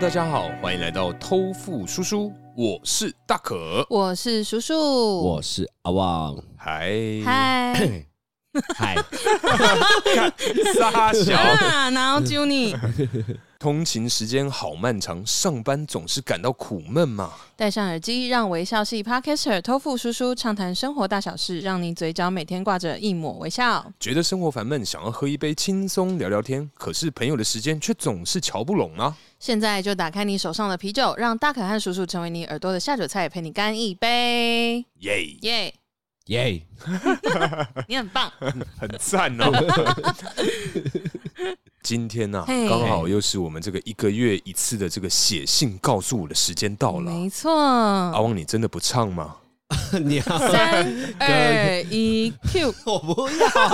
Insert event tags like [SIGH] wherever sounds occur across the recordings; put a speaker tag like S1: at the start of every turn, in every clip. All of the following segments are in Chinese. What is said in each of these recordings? S1: 大家好，欢迎来到偷富叔叔，我是大可，
S2: 我是叔叔，
S3: 我是阿旺，
S1: 嗨
S3: [COUGHS]
S2: 嗨
S3: 嗨，
S2: [LAUGHS]
S1: 撒小。
S2: 啊，然后
S3: [COUGHS]
S2: Juni
S1: 通勤时间好漫长，上班总是感到苦闷嘛。
S2: 戴上耳机，让微笑系 Podcaster 偷富叔叔畅谈生活大小事，让你嘴角每天挂着一抹微笑。
S1: 觉得生活烦闷，想要喝一杯轻松聊聊天，可是朋友的时间却总是瞧不拢啊。
S2: 现在就打开你手上的啤酒，让大可和叔叔成为你耳朵的下酒菜，陪你干一杯，
S1: 耶、
S2: 耶、 [LAUGHS]
S3: 耶！
S2: 你很棒，
S1: 很赞哦。 [LAUGHS] 今天呢、啊，
S2: 嘿
S1: 刚好又是我们这个一个月一次的这个写信告诉我的时间到了。
S2: 没错。
S1: 阿旺，你真的不唱吗？
S3: 你好，
S2: 三二一，Q！
S3: 我不要，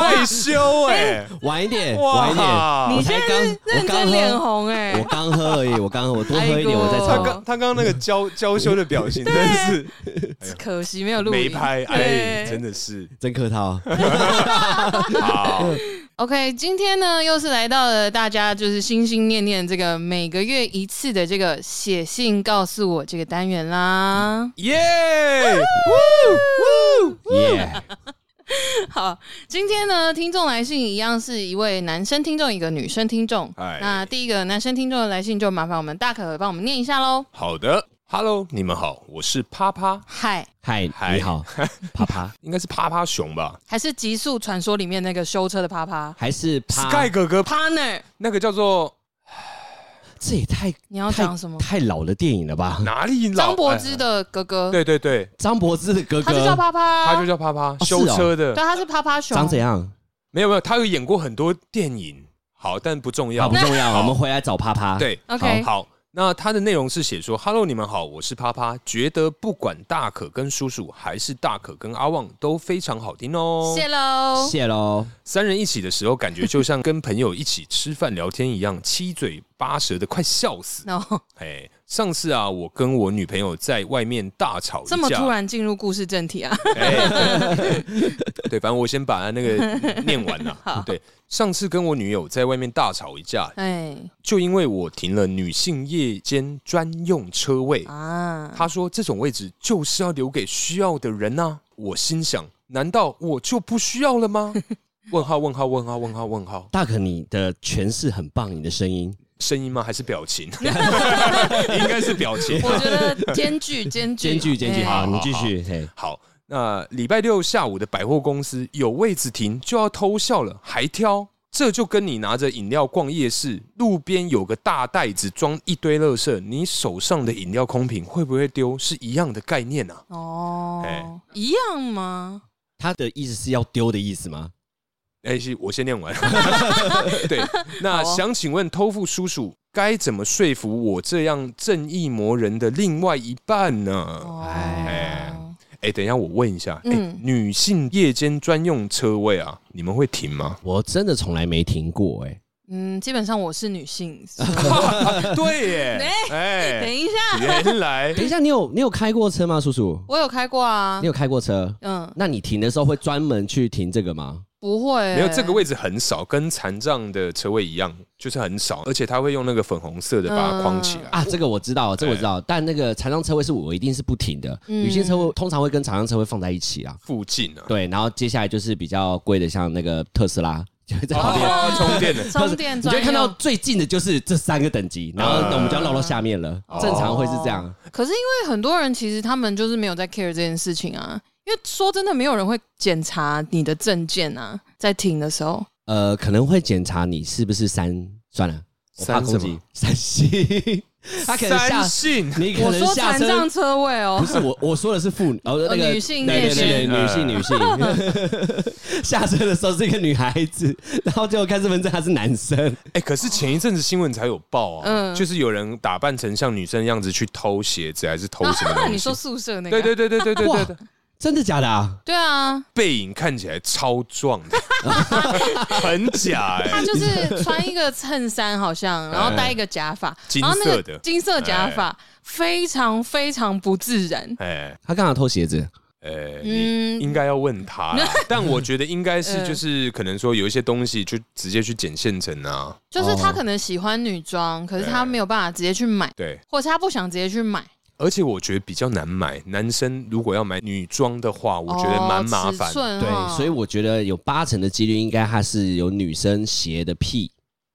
S1: 害羞哎、
S3: 晚一点，晚一点，
S1: 哇
S3: 我
S2: 你
S3: 才
S2: 现在是
S3: 刚，我
S2: 认真
S3: 刚
S2: 脸
S3: 喝，
S2: 红哎、
S3: 我刚喝而已，我刚喝，我多喝一
S2: 哎
S3: 点，
S2: 呦
S3: 我再
S1: 他
S3: 唱。
S1: 刚他刚那个娇娇羞的表情，真是
S2: 可惜没有录
S1: 没
S2: 影，
S1: 拍，哎，
S2: 对
S1: 真的是
S3: 真客
S2: [LAUGHS]
S3: 套，
S1: 好，
S2: OK，今天呢又是来到了大家就是心心念念这个每个月一次的这个写信告诉我这个单元啦。
S1: 耶！
S3: 耶！
S2: [LAUGHS] 好，今天呢听众来信一样是一位男生听众，一个女生听众。
S1: 哎
S2: 那第一个男生听众的来信就麻烦我们大可帮我们念一下喽。
S1: 好的，Hello，你们好，我是啪啪，
S2: 嗨，
S3: 嗨，
S1: 嗨
S3: 你好，啪啪，
S1: 应该是啪啪熊吧
S2: 还是《极速传说》里面那个修车的啪啪
S3: 还是啪
S1: ？Sky？哥哥，
S2: partner，
S1: 那个叫做
S3: 这也太
S2: 你要
S3: 太
S2: 讲什么？
S3: 太老的电影
S2: [LAUGHS]
S3: 了吧？
S1: 哪里老？
S2: 张柏
S1: 哎
S2: 芝的哥哥，
S1: 对对对，
S3: 张柏芝的哥
S2: 他就叫
S3: 哥，
S2: 啪啪，
S1: 他就叫啪啪，修
S3: 是哦
S1: 车的
S2: 对，，他是啪啪熊。
S3: 长怎样？
S1: 没有没有，他有演过很多电影，好，但啊不重
S3: 好，
S1: 要
S3: 不，重要，啊我们回来找啪啪。，
S1: 对，
S2: OK，
S1: 好，那它的内容是写说：“Hello，你们好，我是啪啪，觉得不管大可跟叔叔，还是大可跟阿旺，都非常好听哦。
S2: 谢喽。
S3: 谢喽。
S1: 三人一起的时候，感觉就像跟朋友一起吃饭聊天一样，七嘴八舌的，快笑死。
S2: No，
S1: 哎，上次啊，我跟我女朋友在外面大吵一架，
S2: 这么突然进入故事正题 [LAUGHS] 啊？
S1: 哎，对，反正我先把那个念完
S2: [LAUGHS]
S1: 了、对，上次跟我女友在外面大吵一架，
S2: 哎
S1: 就因为我停了女性夜间专用车位，
S2: 啊，
S1: 他说这种位置就是要留给需要的人呐、我心想，难道我就不需要了
S2: [LAUGHS]
S1: 吗？问号问号问号问号问号，
S3: 大可，你的诠释很棒，你的声音。
S1: 声音吗？还是表
S2: [LAUGHS]
S1: 情？应该是表情。
S2: 我觉得兼具兼具
S3: 间距，间距，
S2: 哎
S3: 好，
S1: 好
S3: 你
S1: 好
S3: 继续。嘿，
S1: 好，那礼拜六下午的百货公司有位置停就要偷笑了，还挑。这就跟你拿着饮料逛夜市，路边有个大袋子装一堆垃圾，你手上的饮料空瓶会不会丢是一样的概念啊。哎
S2: 哦，一样吗？
S3: 他的意思是要丢的意思吗？
S1: 哎、是我先念完。对，那
S2: 好哦
S1: 想请问偷富叔叔该怎么说服我这样正义魔人的另外一半呢？哎
S2: 哦，
S1: 哎、等一下，我问一下，哎、
S2: 嗯
S1: 女性夜间专用车位啊，你们会停吗？
S3: 我真的从来没听过哎、
S2: 嗯，基本上我是女性。所以
S1: 对耶，哎、
S2: 等一下，
S1: 原来
S3: 等一下，你有你有开过车吗，叔叔？
S2: 我有开过啊
S3: 你，有开过车？
S2: 嗯，
S3: 那你停的时候会专门去停这个吗？
S2: 不会欸，
S1: 没有这个位置很少，跟残障的车位一样，就是很少，而且他会用那个粉红色的把它框起来。
S3: 啊，这个我知道，这个我知道。但那个残障车位是我一定是不停的，
S2: 嗯
S3: 女性车位通常会跟残障车位放在一起啊。
S1: 附近啊，
S3: 对，然后接下来就是比较贵的，像那个特斯拉，就在旁边。
S1: 哦，充电的，
S2: 充电
S3: [LAUGHS] 你就
S2: 专
S3: 看到
S2: 用
S3: 最近的就是这三个等级，然后
S1: 嗯
S2: 哦
S3: 我们就要绕到下面了。正常会是这样，
S2: 可是因为很多人其实他们就是没有在 care 这件事情啊，因为说真的，没有人会检查你的证件啊，在停的时候。
S3: 呃，可能会检查你是不是三，算了，我怕
S1: 三什
S3: 攻
S1: 么
S3: 击三星， [LAUGHS] 他可能下
S1: 三性
S3: 你可
S2: 我
S3: 能
S2: 说
S3: 下
S2: 残
S3: 车
S2: 障车位哦
S3: 不，是我，我说的是妇女，哦，那个
S2: 女性
S3: 对对对，
S1: 女
S3: 女
S1: 性
S3: 性女性。
S1: [LAUGHS]
S3: 下车的时候是一个女孩子，然后结果看身份证她是男生，
S1: 哎、可是前一阵子新闻才有报啊，
S2: 嗯
S1: 就是有人打扮成像女生的样子去偷鞋子，还是偷什么东西？
S2: 啊 [LAUGHS] 你说宿舍那个？
S1: 对对对对 [LAUGHS] 对对对
S3: 哇
S1: 对，
S3: 真的假的啊？
S2: 对啊，
S1: 背影看起来超壮
S2: [LAUGHS]
S1: 的，很假哎、
S2: 他就是穿一个衬衫，好像，然后戴一个假发，
S1: 哎金
S2: 然后那
S1: 色
S2: 个
S1: 的
S2: 金色假发非常非常不自然。
S1: 哎
S3: 她干嘛偷鞋子？
S1: 呃，你
S2: 嗯，
S1: 应该要问他
S2: [LAUGHS]
S1: 啦，但我觉得应该是
S2: 嗯
S1: 就是可能说有一些东西就直接去捡现成啊，
S2: 就是他可能喜欢女装，可是他没有办法直接去买，
S1: 对，
S2: 或者他不想直接去买，
S1: 而且我觉得比较难买，男生如果要买女装的话，我觉得蛮麻
S2: 哦
S1: 烦
S2: 尺。寸
S3: 对
S2: 哈，
S3: 所以我觉得有八成的几率应该它是有女生鞋的癖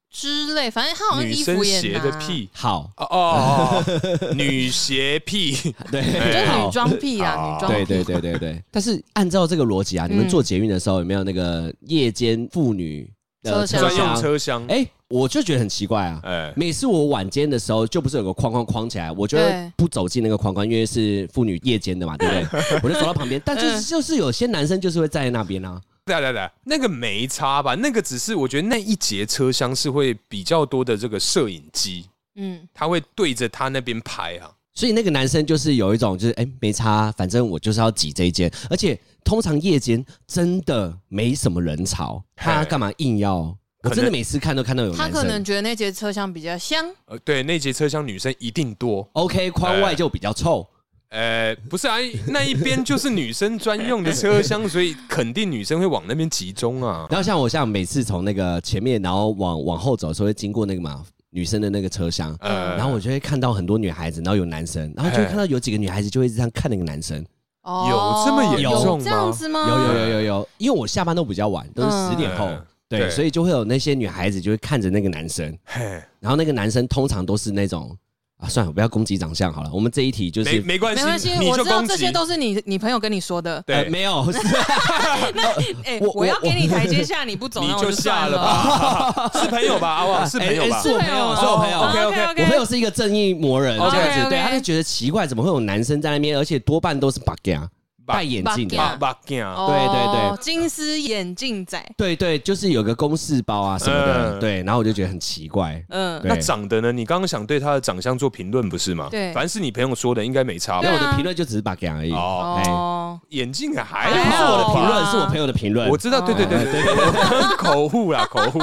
S2: 之类，反正他好像
S1: 女
S2: 衣
S1: 生
S2: 服也
S1: 鞋
S2: 拿
S1: 的，屁
S3: 好，
S1: 哦哦，女鞋屁，
S3: 对，
S2: 就
S1: 哎
S2: 是
S3: 好
S2: 女装癖啊，
S1: 好
S2: 女装
S3: 对
S2: 癖。
S3: 对对对对。但是按照这个逻辑啊，你
S2: 嗯
S3: 们做捷运的时候有没有那个夜间妇女的
S2: 车
S1: 专
S2: 厢
S1: 用？车厢，
S3: 哎、我就觉得很奇怪啊。
S1: 哎，
S3: 每次我晚间的时候，就不是有个框框框起来，我就
S2: 对
S3: 不走进那个框框，因为是妇女夜间的嘛，对不
S2: [LAUGHS]
S3: 对？我就走到旁边，但
S2: 嗯
S3: 就是就是有些男生就是会站在那边啊。
S1: 来来来，那个没差吧？那个只是我觉得那一节车厢是会比较多的这个摄影机，
S2: 嗯，
S1: 他会对着他那边拍啊。
S3: 所以那个男生就是有一种就是哎、没差，反正我就是要挤这一间，而且通常夜间真的没什么人潮，他干嘛硬要？我真的每次看都看到有
S2: 他
S3: 男
S2: 可能
S3: 生。
S2: 觉得那节车厢比较香，
S1: 呃，对，那节车厢女生一定多。
S3: OK，框外就比较
S2: 嗯
S3: 臭，
S1: 呃，不是啊，那一边就是女生专用的车厢，所以肯定女生会往那边集中
S3: [LAUGHS]
S1: 啊。
S3: 然后像我像每次从那个前面，然后往往后走的时候，会经过那个嘛女生的那个车厢，
S1: 呃
S3: 然后我就会看到很多女孩子，然后有男生，然后就会看到有几个女孩子就会这样看那个男生。
S2: 哦，
S1: 有这么严
S2: 有
S1: 重吗
S2: 这样子吗？
S3: 有有有有有，嗯因为我下班都比较晚，都是
S2: 嗯
S3: 十点后
S1: 嗯，对
S3: 对，所以就会有那些女孩子就会看着那个男生，
S1: 嘿，
S3: 然后那个男生通常都是那种啊，算了，不要攻击长相好了，我们这一题就
S1: 没
S3: 是。
S1: 没关系，
S2: 没关系，
S1: 你
S2: 我
S1: 就
S2: 知道
S1: 攻
S2: 这
S1: 击
S2: 些。都是你你朋友跟你说的。
S3: 呃
S1: 对，
S3: 没有，是
S2: [LAUGHS] 哎、
S3: 我
S2: 我要
S3: 我
S2: 给你台阶下，你
S3: [LAUGHS]
S2: 不走，
S1: 你
S2: 那我
S1: 就下
S2: 算
S1: 了。吧， [LAUGHS] 是朋友吧？阿旺是朋友吧
S3: 哎哎？是我朋友，是我朋友。
S1: 哦 OK，OK，OK
S2: OK
S3: 我朋友是一个正义魔人
S1: OK，
S3: 这样子，
S2: OK，OK
S3: 对，他就觉得奇怪，怎么会有男生在那边，而且多半都是 bug 啊，
S1: Bug-
S3: 戴眼镜
S2: bug
S3: 的，
S1: 八八镜啊，
S3: 对对
S2: 对，哦金丝眼镜仔，
S3: 对对，就是有个公式包啊什么的，
S1: 嗯
S3: 对，然后我就觉得很奇怪，
S2: 嗯，
S3: 对
S1: 那长得呢？你刚刚想对他的长相做评论不是吗？
S2: 对
S1: 反正是你朋友说的，应该没差吧
S2: 对
S3: 那
S2: 啊？
S3: 我的评论就只是 bug 而已，
S1: 哦，
S2: 哦，
S1: 眼镜啊还
S3: 哎不是
S1: 好
S3: 我的
S1: 吧
S3: 评
S2: 好
S3: 论，
S2: 吧
S3: 是我朋友的评论，啊
S1: 我知道，对对对对对，
S3: 哦
S1: 口误啦，口误。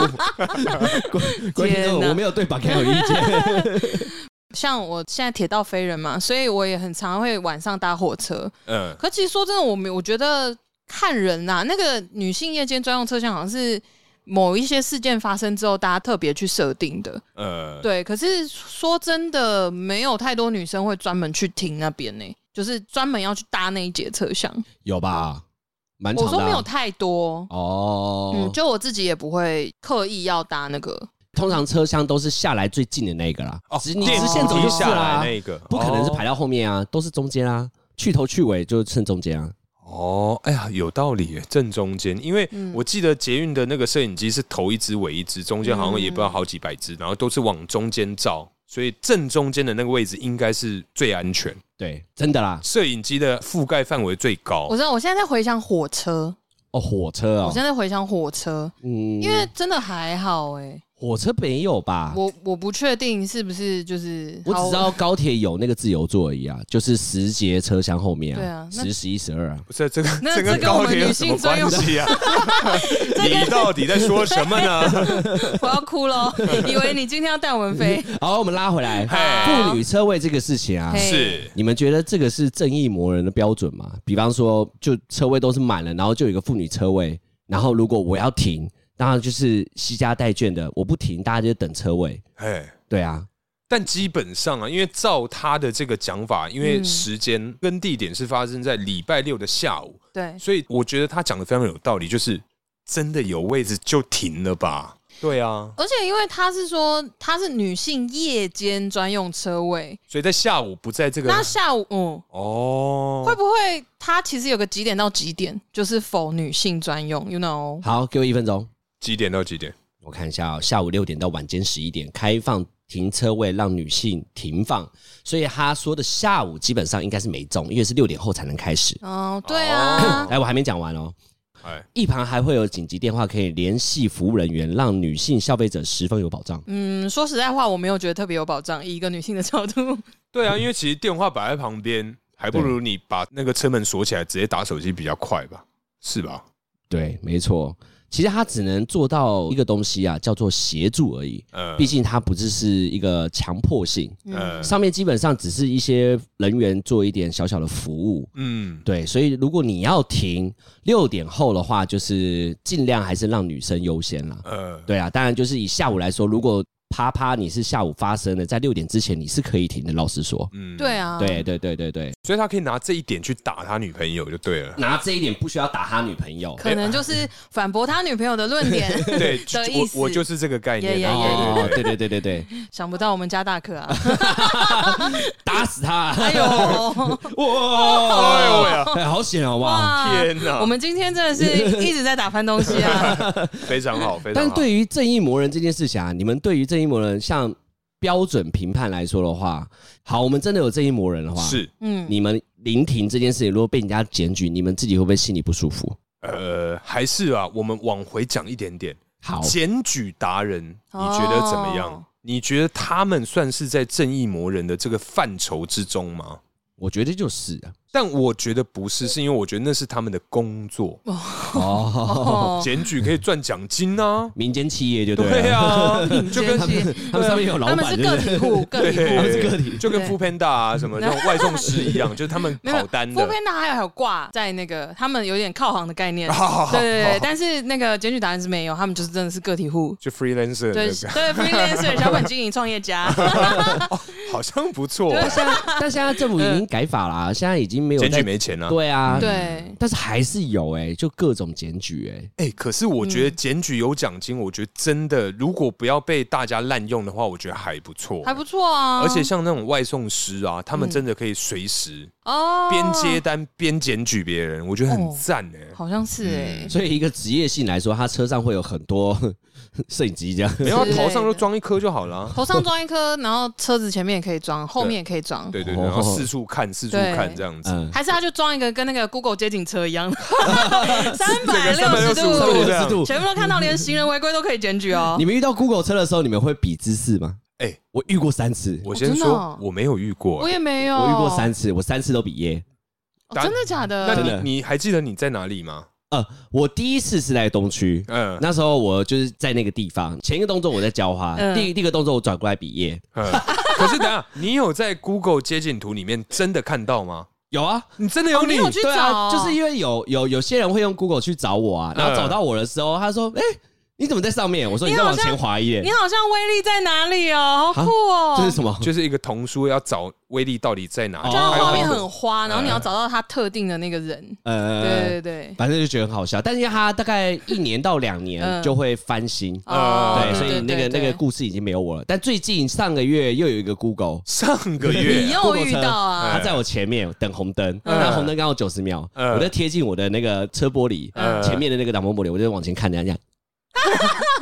S2: [LAUGHS]
S3: 关键是
S2: 天哪
S3: 我没有对 bug 有意见，
S2: 像我现在铁道飞人嘛，所以我也很常会晚上搭火车。
S1: 嗯，
S2: 可其实说真的，我没我觉得看人呐、那个女性夜间专用车厢好像是某一些事件发生之后，大家特别去设定的。
S1: 呃，
S2: 对，可是说真的，没有太多女生会专门去停那边呢、就是专门要去搭那一节车厢。
S3: 有吧？蛮长
S2: 我
S3: 的啊。
S2: 说没有太多，嗯，
S3: 哦，
S2: 就我自己也不会刻意要搭那个，
S3: 通常车厢都是下来最近的那个啦，
S1: 哦，
S3: 直你
S1: 电
S3: 直线走就
S1: 梯
S3: 是
S1: 下来
S3: 啦，
S1: 那个，
S3: 不可能是排到后面啊，都是中间啊，去头去尾就趁中间啊。
S1: 哦。哎呀，有道理耶，正中间，因为
S2: 嗯
S1: 我记得捷运的那个摄影机是头一只尾一只，中间好像也不知道好几百只，然后都是往中间照。所以正中间的那个位置应该是最安全，
S3: 对，真的啦。
S1: 摄影机的覆盖范围最高
S2: 我。知道，我现在在回想火车，
S3: 哦，火车
S2: 我
S3: 哦
S2: 现，在在回想火车，
S3: 嗯，
S2: 因为真的还好哎、
S3: 火车没有吧？
S2: 我我不确定是不是就是
S3: 啊我只
S2: 好
S3: 知道高铁有那个自由座而已啊，就是十节车厢后面
S2: 对
S3: 啊
S2: 啊，那
S3: 十、十一、十二啊。
S1: 不是这个，
S2: 那
S1: 这个
S2: 这跟我
S1: 高
S2: 们
S1: 铁有
S2: 女
S1: 什么
S2: 性专用
S1: 关系
S2: [LAUGHS]
S1: 啊？你到底在说什么呢？
S2: 我要哭了，
S3: [LAUGHS]
S2: 以为你今天要带我们飞，
S3: 好，我们拉回来，
S1: 嘿
S3: 妇女车位这个事情啊
S2: 嘿，
S1: 是
S3: 你们觉得这个是正义魔人的标准吗？比方说，就车位都是满了，然后就有一个妇女车位，然后如果我要停，当然就是惜家带眷的，我不停，大家就等车位。
S1: 哎。
S3: 对啊，
S1: 但基本上啊，因为照他的这个讲法，因为
S2: 嗯
S1: 时间跟地点是发生在礼拜六的下午，
S2: 对，
S1: 所以我觉得他讲的非常有道理，就是真的有位置就停了吧？对啊，
S2: 而且因为他是说他是女性夜间专用车位，
S1: 所以在下午不在这个
S2: 那下午嗯。
S1: 哦
S2: 会，不会它其实有个几点到几点，就是否女性专用，you know？
S3: 好，给我一分钟，
S1: 几点到几点？
S3: 我看一下、哦，下午六点到晚间十一点开放停车位，让女性停放。所以他说的下午基本上应该是没中，因为是六点后才能开始。
S2: 哦，对啊，
S3: 哎，我还没讲完哦。
S1: 哎，
S3: 一旁还会有紧急电话可以联系服务人员，让女性消费者十分有保障。
S2: 嗯，说实在话，我没有觉得特别有保障。以一个女性的角度，
S3: 嗯
S1: 对啊，因为其实电话摆在旁边，还不如你把那个车门锁起来，直接打手机比较快吧？是吧？
S3: 对，没错。其实它只能做到一个东西啊，叫做协助而已。
S1: 呃
S3: 毕竟它不只是一个强迫性，
S1: 呃
S3: 上面基本上只是一些人员做一点小小的服务。
S1: 嗯
S3: 对，所以如果你要停六点后的话，就是尽量还是让女生优先啦。
S1: 呃
S3: 对啊，当然就是以下午来说，如果啪啪你是下午发生的，在六点之前你是可以停的。老实说，
S1: 嗯，
S2: [LAUGHS] 对啊，
S3: 对对对对对，
S1: 所以他可以拿这一点去打他女朋友就对了。
S3: 拿这一点不需要打他女朋友。
S2: 可能
S3: 啊
S2: 就是反驳他女朋友的论
S3: [LAUGHS]
S2: 点
S1: [LAUGHS] 对，
S2: 的意思。
S1: 我我就是这个概念。
S2: Yeah, yeah,
S1: 对对对，对
S3: 哦对对对对对，
S2: 想不到我们家大可啊，
S3: 打死他！
S2: 哎
S3: [LAUGHS]
S2: 呦，
S3: 哇，
S1: 哎呦喂啊！
S3: [LAUGHS] 哎好险好不好？
S2: 哇！
S1: 天哪
S2: 啊我们今天真的是一直在打翻东西
S3: [LAUGHS]
S2: 啊！
S1: 非常好，非常
S3: 但
S1: 好。
S3: 对于正义魔人这件事情啊，你们对于正义魔人像标准评判来说的话，好，我们真的有正义魔人的话，
S1: 是
S2: 嗯，
S3: 你们聆听这件事情，如果被人家检举，你们自己会不会心里不舒服？
S1: 呃，还是啊，我们往回讲一点点。
S3: 好，
S1: 检举达人，你觉得怎么样？
S2: 哦
S1: 你觉得他们算是在正义魔人的这个范畴之中吗？
S3: 我觉得就是啊
S1: 但我觉得不是，是因为我觉得那是他们的工作，
S3: 哦，。
S2: 哦，
S1: 检举可以赚奖金啊
S3: 民间企业就
S1: 对
S3: 对了，
S2: [LAUGHS]
S1: 啊，就跟
S2: 真是
S3: [LAUGHS] 他 [LAUGHS] 们上面有老
S2: 啊他们
S3: 板，
S2: 是
S3: 对
S2: 个体
S3: 不对？
S2: 户，
S1: [LAUGHS]
S2: 个体户
S1: 对，
S3: 他们是个体
S1: 就跟
S2: 对
S1: f o o Panda 啊什么那种外送师一样，就是他们
S2: [LAUGHS] 没有
S1: 跑单
S2: 副
S1: 的。
S2: 片那还有还有挂在那个，他们有点靠行的概念，
S1: 好好好
S2: 对对
S1: 好
S2: 对
S1: 好，
S2: 但是那个检举答案是没有，他们就是真的是个体户，
S1: [LAUGHS] 就 freelancer
S2: 对
S1: 那
S2: 对，freelancer 小本经营创业
S3: [LAUGHS]
S2: 家，
S1: 个，好像不错。
S2: 对
S3: 现在但现在政府已经改法啦，现在已经没有
S1: 检举
S3: 在
S1: 没钱啊？
S3: 对啊，，
S1: 嗯
S2: 对，
S3: 但是还是有哎，就各种检举哎，
S1: 哎、可是我觉得
S2: 嗯
S1: 检举有奖金，我觉得真的，如果不要被大家滥用的话，我觉得还不错。
S2: 还不错啊，
S1: 而且像那种外送师啊，他们真的可以随时
S2: 哦，
S1: 边接单边检举别人，我觉得很赞哎、
S2: 好像是哎，
S3: 所以一个职业性来说，他车上会有很多 [LAUGHS] 摄影机
S2: [LAUGHS]
S3: 这样。
S1: 没有啊
S2: 之类的
S1: 头上就装一颗就好了啊。
S2: 头上装一颗，然后车子前面也可以装，后面也可以装，
S1: 对对对，
S3: 哦
S1: 然后四处看，四处
S2: 对
S1: 看这样子。
S3: 嗯，
S2: 还是他就装一个跟那个 Google 接警车一样的，三百六
S1: 365
S2: 十
S1: 度
S2: 度
S1: 这
S3: 365
S1: 样
S3: 度
S2: 全部都看到，连行人违规都可以检举啊哦
S3: 你。们遇到 Google 车的时候，你们会比姿势吗？
S1: 哎
S3: 我遇过三次，
S1: 我
S2: 哦
S1: 先
S2: 真的
S1: 说，
S2: 哦
S1: 我没有遇过
S2: 我
S1: 欸、
S2: 也没有，
S3: 我遇过三次，我三次都比耶。
S2: 哦，真的假的？
S1: 那
S3: 真的
S1: 你你还记得你在哪里吗？
S3: 呃，我第一次是在东区，
S1: 嗯，
S3: 那时候我就是在那个地方，前一个动作我在浇花，
S2: 嗯
S3: 第一第一个动作我转过来比耶。
S1: 嗯 [LAUGHS] 可是等一下，你有在 Google 街景图里面真的看到吗？
S3: 有啊，
S1: 你真的有
S2: 哦你
S1: 你？
S2: 有去
S3: 对
S2: 找
S3: 啊，就是因为有有有些人会用 Google 去找我
S2: 嗯
S3: 啊，然后找到我的时候，他说：“哎、你怎么在上面？”我说：“
S2: 你
S3: 你在往
S2: 好像
S3: 前滑一点
S2: 你。好像威力在哪里哦，好酷哦！
S3: 啊这是什么？
S1: 就是一个童书要找威力到底在哪里，
S3: 哦
S2: 就它
S1: 还有
S2: 画面
S1: 多
S2: 很
S3: 哎
S2: 花，然后你要找到他特定的那个人。
S3: 呃，
S2: 对对对，
S3: 反正就觉得很好笑。但是因为他大概一年到两年
S2: 嗯
S3: 就会翻新，
S1: 哦
S3: 对，所以那个
S2: 对
S3: 那个故事已经没有我了。但最近上个月又有一个 Google，
S1: 上个
S2: 你 [LAUGHS]
S1: 月啊、
S2: 又遇到啊
S3: 他，在我前面等红灯，
S1: 嗯
S3: 那红灯刚好九十秒，
S1: 嗯
S3: 我在贴近我的那个车玻璃
S1: 嗯
S3: 前面的那个挡风玻璃，我就往前看，人家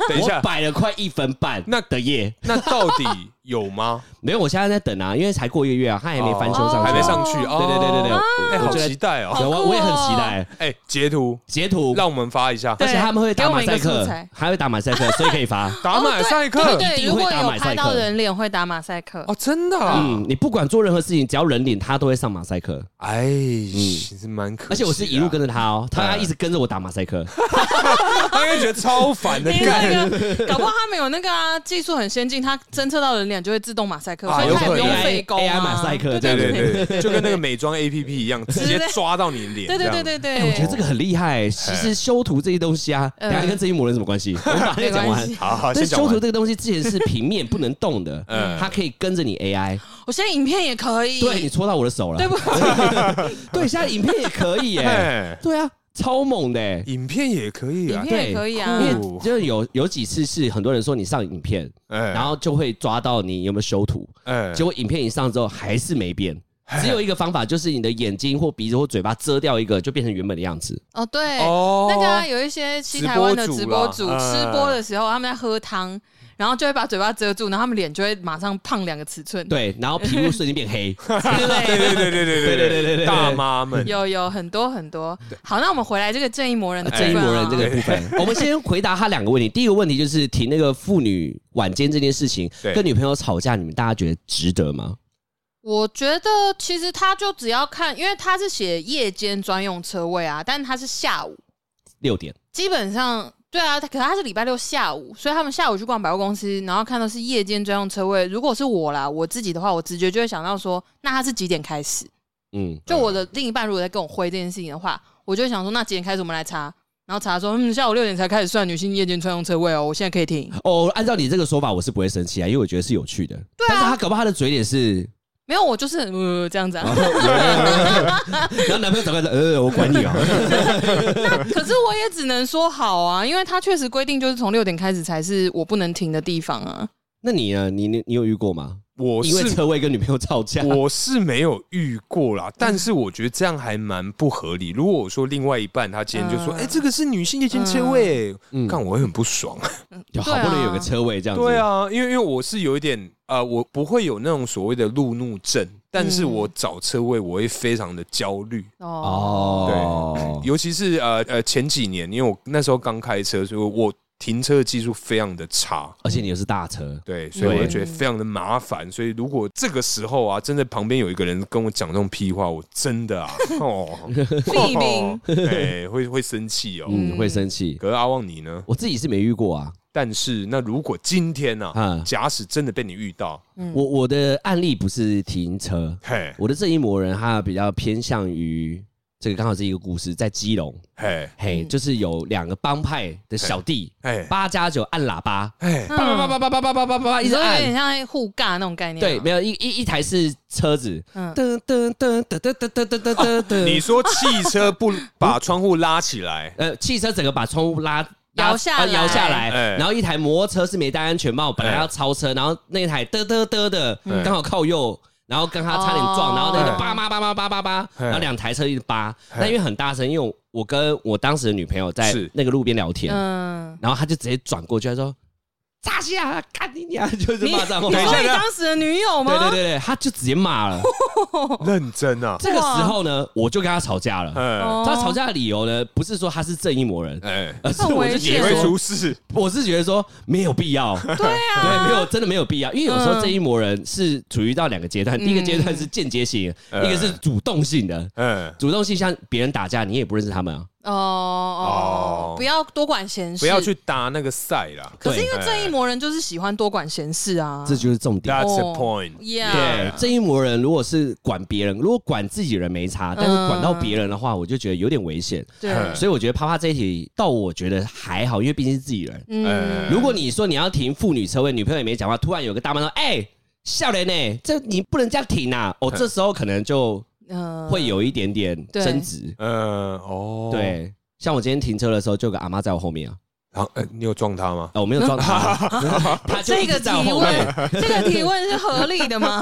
S1: 等
S3: 讲，
S1: 一
S3: 我
S1: 下，
S3: 摆了快一分半
S1: 那
S3: 的夜，
S1: 那到底有吗？
S3: 没有，我现在在等啊，因为才过一个月啊，他还没翻修上去啊，
S1: 还没上去哦。
S3: 对对对对对，
S1: 哎、
S3: 我
S1: 好
S3: 觉得
S1: 期待哦！
S2: 好
S3: 有啊，
S2: 酷哦
S3: 我也很期待
S1: 哎、截图
S3: 截图，
S1: 让我们发一下，
S3: 而且他们会打马赛
S2: 给我们一个
S3: 克
S2: 素材，
S3: 还会打马赛克，所以可以发。
S1: 打马赛克
S2: 对
S1: 哦
S2: 对，
S3: 一定
S2: 如
S3: 会
S2: 果
S3: 打
S2: 有
S3: 马赛克
S2: 拍到人脸会打马赛克，
S1: 真的、啊，
S3: 嗯，你不管做任何事情，只要人脸，他都会上马赛克。
S1: 哎，其实蛮可惜的啊、
S3: 嗯而且我是一
S1: [LAUGHS]
S3: 路跟着他哦，他一直跟着我打马赛克。
S1: 他应该觉得超烦的
S2: 因为
S1: 干。
S2: 那个搞不好他们有那个啊技术很先进，它侦测到人脸就会自动马赛克，
S1: 啊
S2: 所以它也
S1: 有
S2: 不
S1: 可能
S2: 用费工
S3: AI
S2: 啊。
S3: 马赛克这
S1: 对
S3: 样子。
S1: 对对，就跟那个美妆 A P P 一样，直接抓到你脸。
S2: 对对对对
S3: 哎、我觉得
S2: 对，
S3: 这个很
S1: [LAUGHS]
S3: 厉害、其实修图这些东西啊，
S2: [LAUGHS] 嗯
S3: 等一下跟正义魔人什么
S2: [LAUGHS]
S3: 关系？我们把这个讲
S2: 没关系。
S3: 完
S1: 这样。好好，
S3: 但
S1: 先
S3: 是
S1: 讲
S3: 修图
S1: 完。
S3: 这个东西之前是平面不能动的，
S1: [LAUGHS] 嗯
S3: 它可以跟着你
S2: [LAUGHS]
S3: AI，
S2: 我现在影片也可以，
S3: 对你戳到我的手了，
S2: 对不？
S3: [LAUGHS] 对，现在影片也可以
S1: [LAUGHS]
S3: 耶、
S1: 哎，
S3: 对啊，超猛的、欸，
S1: 影片也可以
S2: 影
S1: 啊。
S2: 片
S3: 对，
S2: 也可以啊
S3: 因。为就是有有几次是很多人说你上影片，
S1: 哎，
S3: 然后就会抓到你有没有修图，
S1: 哎
S3: 结果影片一上之后还是没变。只有一个方法，就是你的眼睛或鼻子或嘴巴遮掉一个，就变成原本的
S1: [LAUGHS]
S3: 样子。
S2: 哦，
S3: 哎
S2: 对，
S1: 哦
S2: 那个啊，有一些西台湾的直播
S1: 直播
S2: 主
S1: 主啦
S2: 吃播的时候，他们在喝汤，然后就会把嘴巴遮住，然后他们脸就会马上胖两个尺寸。
S3: 对，然后皮肤瞬间
S1: [LAUGHS]
S3: 变黑。
S2: 之
S1: 对
S2: 类的，
S1: 对对对对
S3: 对对对对对
S1: 大妈们，
S2: 有有很多很多。好，那我们回来这个正义魔人的部分
S1: 哎
S3: 正
S2: 啊
S3: 义魔呃人这个部分，我们先回答他两个问题。第一个问题就是提那个妇女晚间这件事情，
S1: 对
S3: 跟女朋友吵架，你们大家觉得值得吗？
S2: 我觉得其实他就只要看，因为他是写夜间专用车位啊，但他是下午，
S3: 六点，
S2: 基本上对啊，他可是他是礼拜六下午，所以他们下午去逛百货公司，然后看到是夜间专用车位。如果是我啦，我自己的话，我直觉就会想到说，那他是几点开始？
S3: 嗯，
S2: 就我的另一半如果在跟我挥这件事情的话，我就会想说，那几点开始我们来查？然后查说，嗯，下午六点才开始算女性夜间专用车位哦，我现在可以停。
S3: 哦，按照你这个说法，我是不会生气啊，因为我觉得是有趣的。对、但是他搞不好他的嘴
S1: [LAUGHS]
S3: 脸是，
S2: 没有，我就是呃这样子啊。
S3: 然后男朋友走过来说，呃，我管你
S2: [LAUGHS]
S3: 啊。
S2: 可是我也只能说好啊，因为他确实规定就是从六点开始才是我不能停的地方啊。
S3: [LAUGHS] 那你呢？你你你有遇过吗？
S1: [LAUGHS] 我
S3: 因为
S1: 是
S3: 车位跟女朋友吵架，
S1: 我是没有遇过啦，但是我觉得这样还蛮不合理。如果我说另外一半他今天就说，
S2: 嗯
S1: 哎、这个是女性夜间车位，
S3: 嗯
S1: 看、我会很不爽。
S3: 就好不容易有个车位这样子。
S1: 对，啊，因为因为我是有一点呃，我不会有那种所谓的路怒症，但是我找车位我会非常的焦虑。
S3: 哦，
S1: 尤其是呃呃前几年，因为我那时候刚开车，所以我停车的技术非常的差，
S3: 而且你又是大车，
S1: 对，所以我就觉得非常的麻烦。所以如果这个时候啊，真的旁边有一个人跟我讲这种屁话，我真的啊，
S3: [LAUGHS]
S1: 哦，
S2: 避名，
S1: [LAUGHS] 对，会会生气哦。
S3: 嗯，会生气。
S1: 可是阿旺你呢？
S3: 我自己是没遇过啊，
S1: 但是那如果今天呢、啊，
S3: 啊，
S1: 假使真的被你遇到，
S3: 我我的案例不是停车，
S1: 嘿，
S3: 我的这一魔人他比较偏向于这个，刚好是一个故事，在基隆，
S1: 嘿，
S3: 嘿，
S2: 嗯
S3: 就是有两个帮派的小弟，
S1: 嘿，
S3: 八加九按喇叭，
S1: 嘿，
S3: 叭叭叭叭叭叭叭叭叭叭，
S2: 嗯你
S3: 一直
S2: 说有
S3: 按
S2: 点，像在互尬那种概念。啊
S3: 对，没，有一一一台是车子，
S2: 嗯
S3: 噔噔噔噔噔噔噔噔噔噔噔，
S1: 你说汽车不把窗户拉起
S2: [LAUGHS]
S1: 来，
S3: 呃，汽车整个把窗户拉。拉
S2: 摇下
S3: 呃摇下
S2: 来
S3: 来，
S1: 哎
S3: 然后一台摩托车是没戴安全帽，本来
S1: 哎
S3: 要超车，然后那一台嘚嘚嘚的
S1: 嗯
S3: 刚好靠右，然后跟他差点撞，
S2: 哦
S3: 然后那个
S1: 哎
S3: 叭叭叭叭叭叭叭，
S1: 哎
S3: 然后两台车一直叭，
S1: 哎
S3: 那因为很大声，因为我跟我当时的女朋友在
S1: 是
S3: 那个路边聊天，
S2: 嗯，
S3: 然后他就直接转过去，他说：“扎西啊，看你娘！” [LAUGHS] 就是
S2: 你你
S3: 骂脏话。
S2: 说
S1: 等一下
S2: 你当时的女友
S3: 对
S2: 吗？
S3: 对对对，他就直接骂了。
S1: 认真啊，
S3: 这个时候呢，我就跟他吵架了。
S1: 哎，
S2: 哦哦
S3: 他吵架的理由呢，不是说他是正义魔人，
S1: 哎，
S3: 而是我
S2: 也
S3: 就
S1: 也
S2: 很
S3: 觉
S2: 危
S1: 会
S3: 得
S2: 险
S3: 说，
S1: 出事，
S3: 我是觉得说没有必
S2: [LAUGHS]
S3: 要。
S2: 对啊，
S3: 对，没有，真的没有必要，因为有时候
S2: 嗯
S3: 正义魔人是处于到两个阶段，第一个阶段是间接性，
S1: 嗯
S3: 一个是主动性的。
S1: 嗯，
S3: 主动性像别人打架，你也不认识他们啊。
S2: 哦哦
S1: 哦，
S2: 不要多管闲事，
S1: 不要去搭那个赛啦。
S2: 可是
S3: 对
S2: 因为正义魔人就是喜欢多管闲事啊，
S3: 这就是重点。
S1: That's the
S2: 哦
S1: point.
S2: Yeah
S3: 对，正义魔人如果是管别人，如果管自己人没
S2: 嗯
S3: 差，但是管到别人的话，我就觉得有点危险。
S2: 对，
S1: 嗯
S3: 所以我觉得啪啪这一题，到我觉得还好，因为毕竟是自己人。
S1: 哎
S2: 嗯，
S3: 如果你说你要停妇女车位，女朋友也没讲话，突然有个大妈说：“哎，笑脸呢，这你不能这样停啊！”
S1: 嗯
S3: 哦，这时候可能就
S2: 嗯
S3: 会有一点点
S2: 对
S3: 争执。
S1: 嗯，哦，，
S3: 对，像我今天停车的时候，就有个阿妈在我后面啊，
S1: 然后呃你有撞他吗？
S3: 啊我没有撞她，她就
S2: 这
S3: 一
S2: 个
S3: 直
S2: 提
S3: 在我后面。
S2: 问，这个提问是合理的
S3: [LAUGHS]
S2: 吗？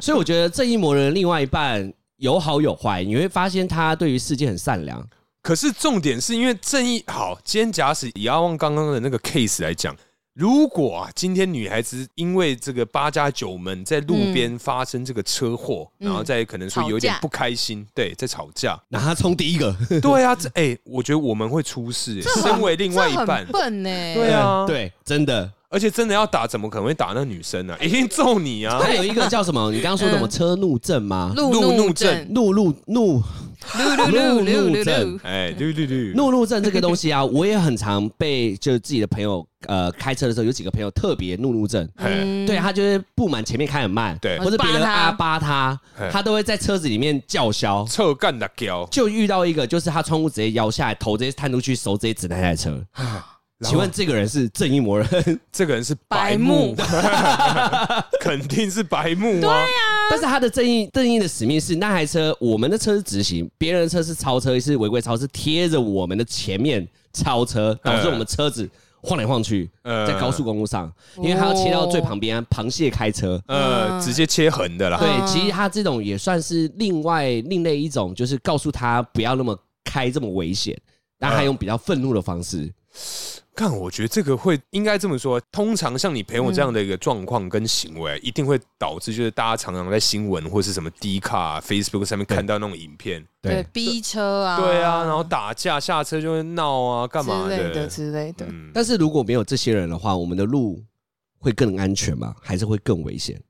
S3: 所以我觉得正义魔人的另外一半有好有坏，你会发现他对于世界很善良。，
S1: 可是重点是因为正义好，今天假使以阿旺刚刚的那个 case 来讲，如果啊，今天女孩子因为这个八加九们在路边发生这个车祸，
S2: 嗯
S1: 然后再可能说
S2: 吵
S1: 有点
S2: 架
S1: 不开心，对，在吵架
S3: 拿他冲第一个，
S1: [LAUGHS] 对啊，这哎、我觉得我们会出事、哎
S2: 这很
S1: 身为另外一
S2: 这
S1: 半
S2: 很，笨欸呢、
S1: 对啊
S3: [LAUGHS] 对，真的。
S1: 而且真的要打，怎么可能会打那女生呢、一定揍你啊！
S3: 他有一个叫什么？你刚刚说什么
S2: 嗯
S3: 车怒症吗？
S2: 路
S1: 路怒
S2: 怒
S1: 症，
S3: 怒怒怒
S2: 路路
S3: [LAUGHS]
S2: 路路
S3: 路
S2: 路路
S3: 症，
S1: 哎，绿绿绿，
S3: 怒怒症这个东西啊，我也很常被就是自己的朋友呃开车的时候，有几个朋友特别怒怒症。
S1: 嘿，
S3: 对
S2: 啊
S3: 他就是不满前面开很慢，
S1: 对
S3: 或者别人
S2: 扒他
S3: 啊嗯扒他
S1: 嘿，
S3: 他都会在车子里面叫嚣。
S1: 臭干的胶，
S3: 就遇到一个，就是他窗户直接摇下来，头直接探出去，手直接指那台车。请问这个人是正义魔人？
S1: 这个人是
S2: 白
S1: 白
S2: 目
S1: 目， [LAUGHS] 肯定是白目啊！
S3: [LAUGHS] 但是他的正义正义的使命是，那台车我们的车是直行，别人的车是超车，是违规超，是贴着我们的前面超车，导致我们车子晃来晃去，
S1: 呃
S3: 在高速公路上，因为他要切到最旁边，螃蟹开车。
S1: 呃，直接切横的啦。
S3: 对，其实他这种也算是另外另类一种，就是告诉他不要那么开这么危险，但他用比较愤怒的方式。
S1: 看，我觉得这个会应该这么说。通常像你朋友这样的一个状况跟行为，一定会导致就是大家常常在新闻或是什么 D 卡、Facebook 啊上面看到那种影片，
S2: 对，逼车啊，
S1: 对啊，然后打架下车就会闹啊，干嘛
S2: 之类的
S1: 的？
S2: 之类的，
S1: 嗯，
S3: 但是如果没有这些人的话，我们的路会更安全吗？还是会更危险？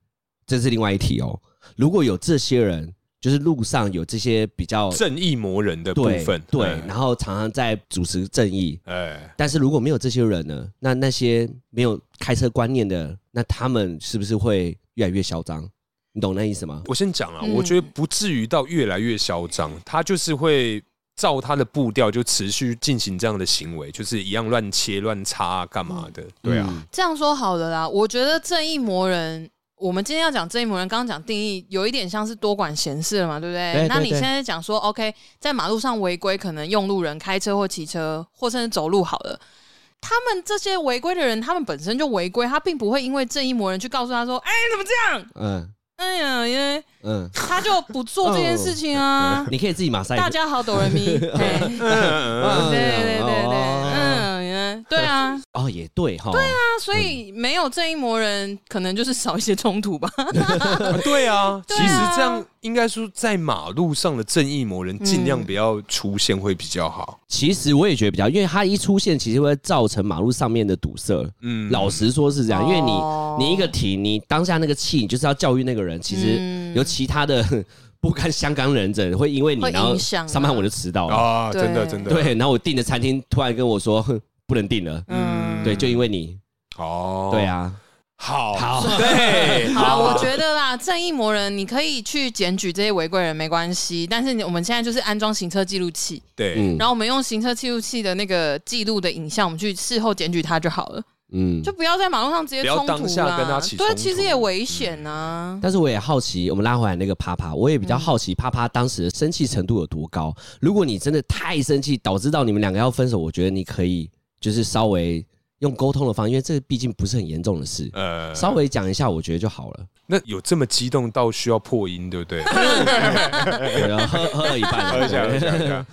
S3: 这是另外一题哦。如果有这些人，就是路上有这些比较
S1: 正义魔人的部
S3: 对
S1: 分，
S3: 对，
S1: 嗯
S3: 然后常常在主持正义。
S1: 哎，
S3: 但是如果没有这些人呢，那那些没有开车观念的，那他们是不是会越来越嚣张？你懂那意思吗？
S1: 我先讲啊，
S2: 嗯
S1: 我觉得不至于到越来越嚣张，他就是会照他的步调就持续进行这样的行为，就是一样乱切乱插啊干嘛的，对啊，
S3: 嗯，
S2: 这样说好了啦，我觉得正义魔人，我们今天要讲正义魔人，刚刚讲定义，有一点像是多管闲事了嘛，对不对？
S3: 对
S2: 那
S3: 对
S2: 你
S3: 对
S2: 现在讲说，OK，在马路上违规，可能用路人开车或骑车，或甚至走路好了。他们这些违规的人，他们本身就违规，他并不会因为正义魔人去告诉他说：“哎，你怎么这样？
S3: 嗯
S2: 哎呀，因为
S3: 嗯，
S2: 他就不做这件事情 [LAUGHS] 啊。
S3: 你可以自己马赛克。
S2: 大家好，哆人 [LAUGHS] 咪。哎对
S3: 嗯
S2: 对对对对，
S3: 哦
S2: 嗯，因为对啊，
S3: 哦，也对哈，对啊，
S2: 所以没有正义魔人，可能就是少一些冲突吧。
S1: 啊对啊，其
S2: 对啊
S1: 实这样应该说在马路上的正义魔人尽
S2: 嗯
S1: 量不要出现会比较好，
S3: 其实我也觉得比较，因为它一出现，其实会造成马路上面的堵塞。
S1: 嗯，
S3: 老实说是这啊样，因为你
S2: 哦
S3: 你一个停，你当下那个气，你就是要教育那个人。其实
S2: 嗯
S3: 有其他的 [LAUGHS] 不甘香港人者会因为你，
S2: 会
S3: 然后
S2: 影响啊
S3: 上班我就迟到了。
S1: 啊，真的
S2: 对
S1: 真的，
S3: 哦对，然后我订的餐厅突然跟我说哼不能订了，
S1: 嗯
S3: 对，就因为你。
S1: 哦，
S3: 对，啊，
S1: 好，
S3: 好
S1: 对，
S2: [LAUGHS] 好啦，我觉得啦，正义魔人，你可以去检举这些违规人没关系，但是你我们现在就是安装行车记录器，
S1: 对，
S3: 嗯
S2: 然后我们用行车记录器的那个记录的影像，我们去事后检举他就好了，
S3: 嗯
S2: 就。不要在马路上直接冲
S1: 不要
S2: 突
S1: 当
S2: 啦
S1: 下。跟他起冲突
S2: 对，其实也危险啊。
S3: 但是我也好奇，我们拉回来那个啪啪，我也比较好奇啪啪当时的生气程度有多高。如果你真的太生气，导致到你们两个要分手，我觉得你可以就是稍微用沟通的方式，因为这个毕竟不是很严重的事，
S1: 呃
S3: 稍微讲一下，我觉得就好了。
S1: 那有这么激动到需要破音，对不对？
S3: 我要喝喝了一半，
S1: 喝一下，喝一下，喝一下。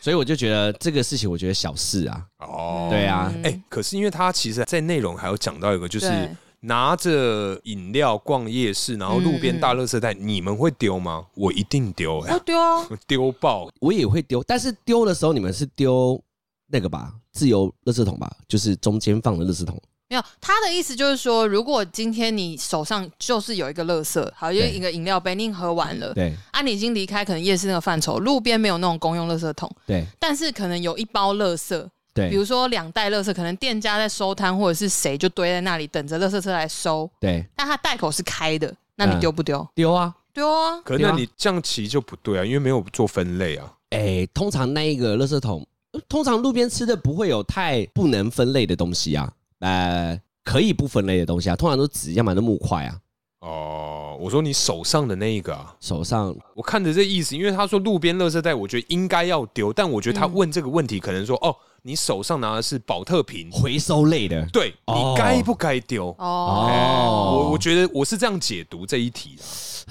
S3: 所以我就觉得这个事情，我觉得小事啊，
S1: 哦，
S3: 对啊，
S1: 哎、可是因为他其实，在内容还有讲到一个，就是
S2: 对
S1: 拿着饮料逛夜市，然后路边大垃圾袋，你们会丢吗？我一定丢、哎
S2: 哦，对啊，
S1: 丢爆！
S3: 我也会丢，但是丢的时候你们是丢那个吧，自由垃圾桶吧，就是中间放的垃圾桶。
S2: 没有，他的意思就是说，如果今天你手上就是有一个垃圾，好，就是
S3: 对
S2: 一个饮料杯，你已经喝完了，
S3: 对
S2: 啊，你已经离开可能夜市那个范畴，路边没有那种公用垃圾桶，
S3: 对
S2: 但是可能有一包垃圾，比
S3: 对
S2: 如说两袋垃圾，可能店家在收摊或者是谁就堆在那里等着垃圾车来收，
S3: 对，
S2: 但它袋口是开的，那你
S3: 嗯
S2: 丢不丢？
S3: 丢啊！
S2: 丢啊，
S1: 可
S3: 对
S1: 那
S3: 啊
S1: 你这样骑就不对啊，因为没有做分类啊。
S3: 哎，通常那一个垃圾桶，呃通常路边吃的不会有太不能分类的东西啊，呃，可以不分类的东西啊，通常都纸，要么都木块啊，
S1: 哦，我说你手上的那一个啊，
S3: 手上
S1: 我看着这意思，因为他说路边垃圾袋，我觉得应该要丢，但我觉得
S3: 嗯
S1: 他问这个问题，可能说、哦，你手上拿的是保特瓶，
S3: 回收类的。
S1: 对
S3: 哦
S1: 你该不该丢？
S2: 哦，
S1: 哎我我觉得我是这样解读这一题的。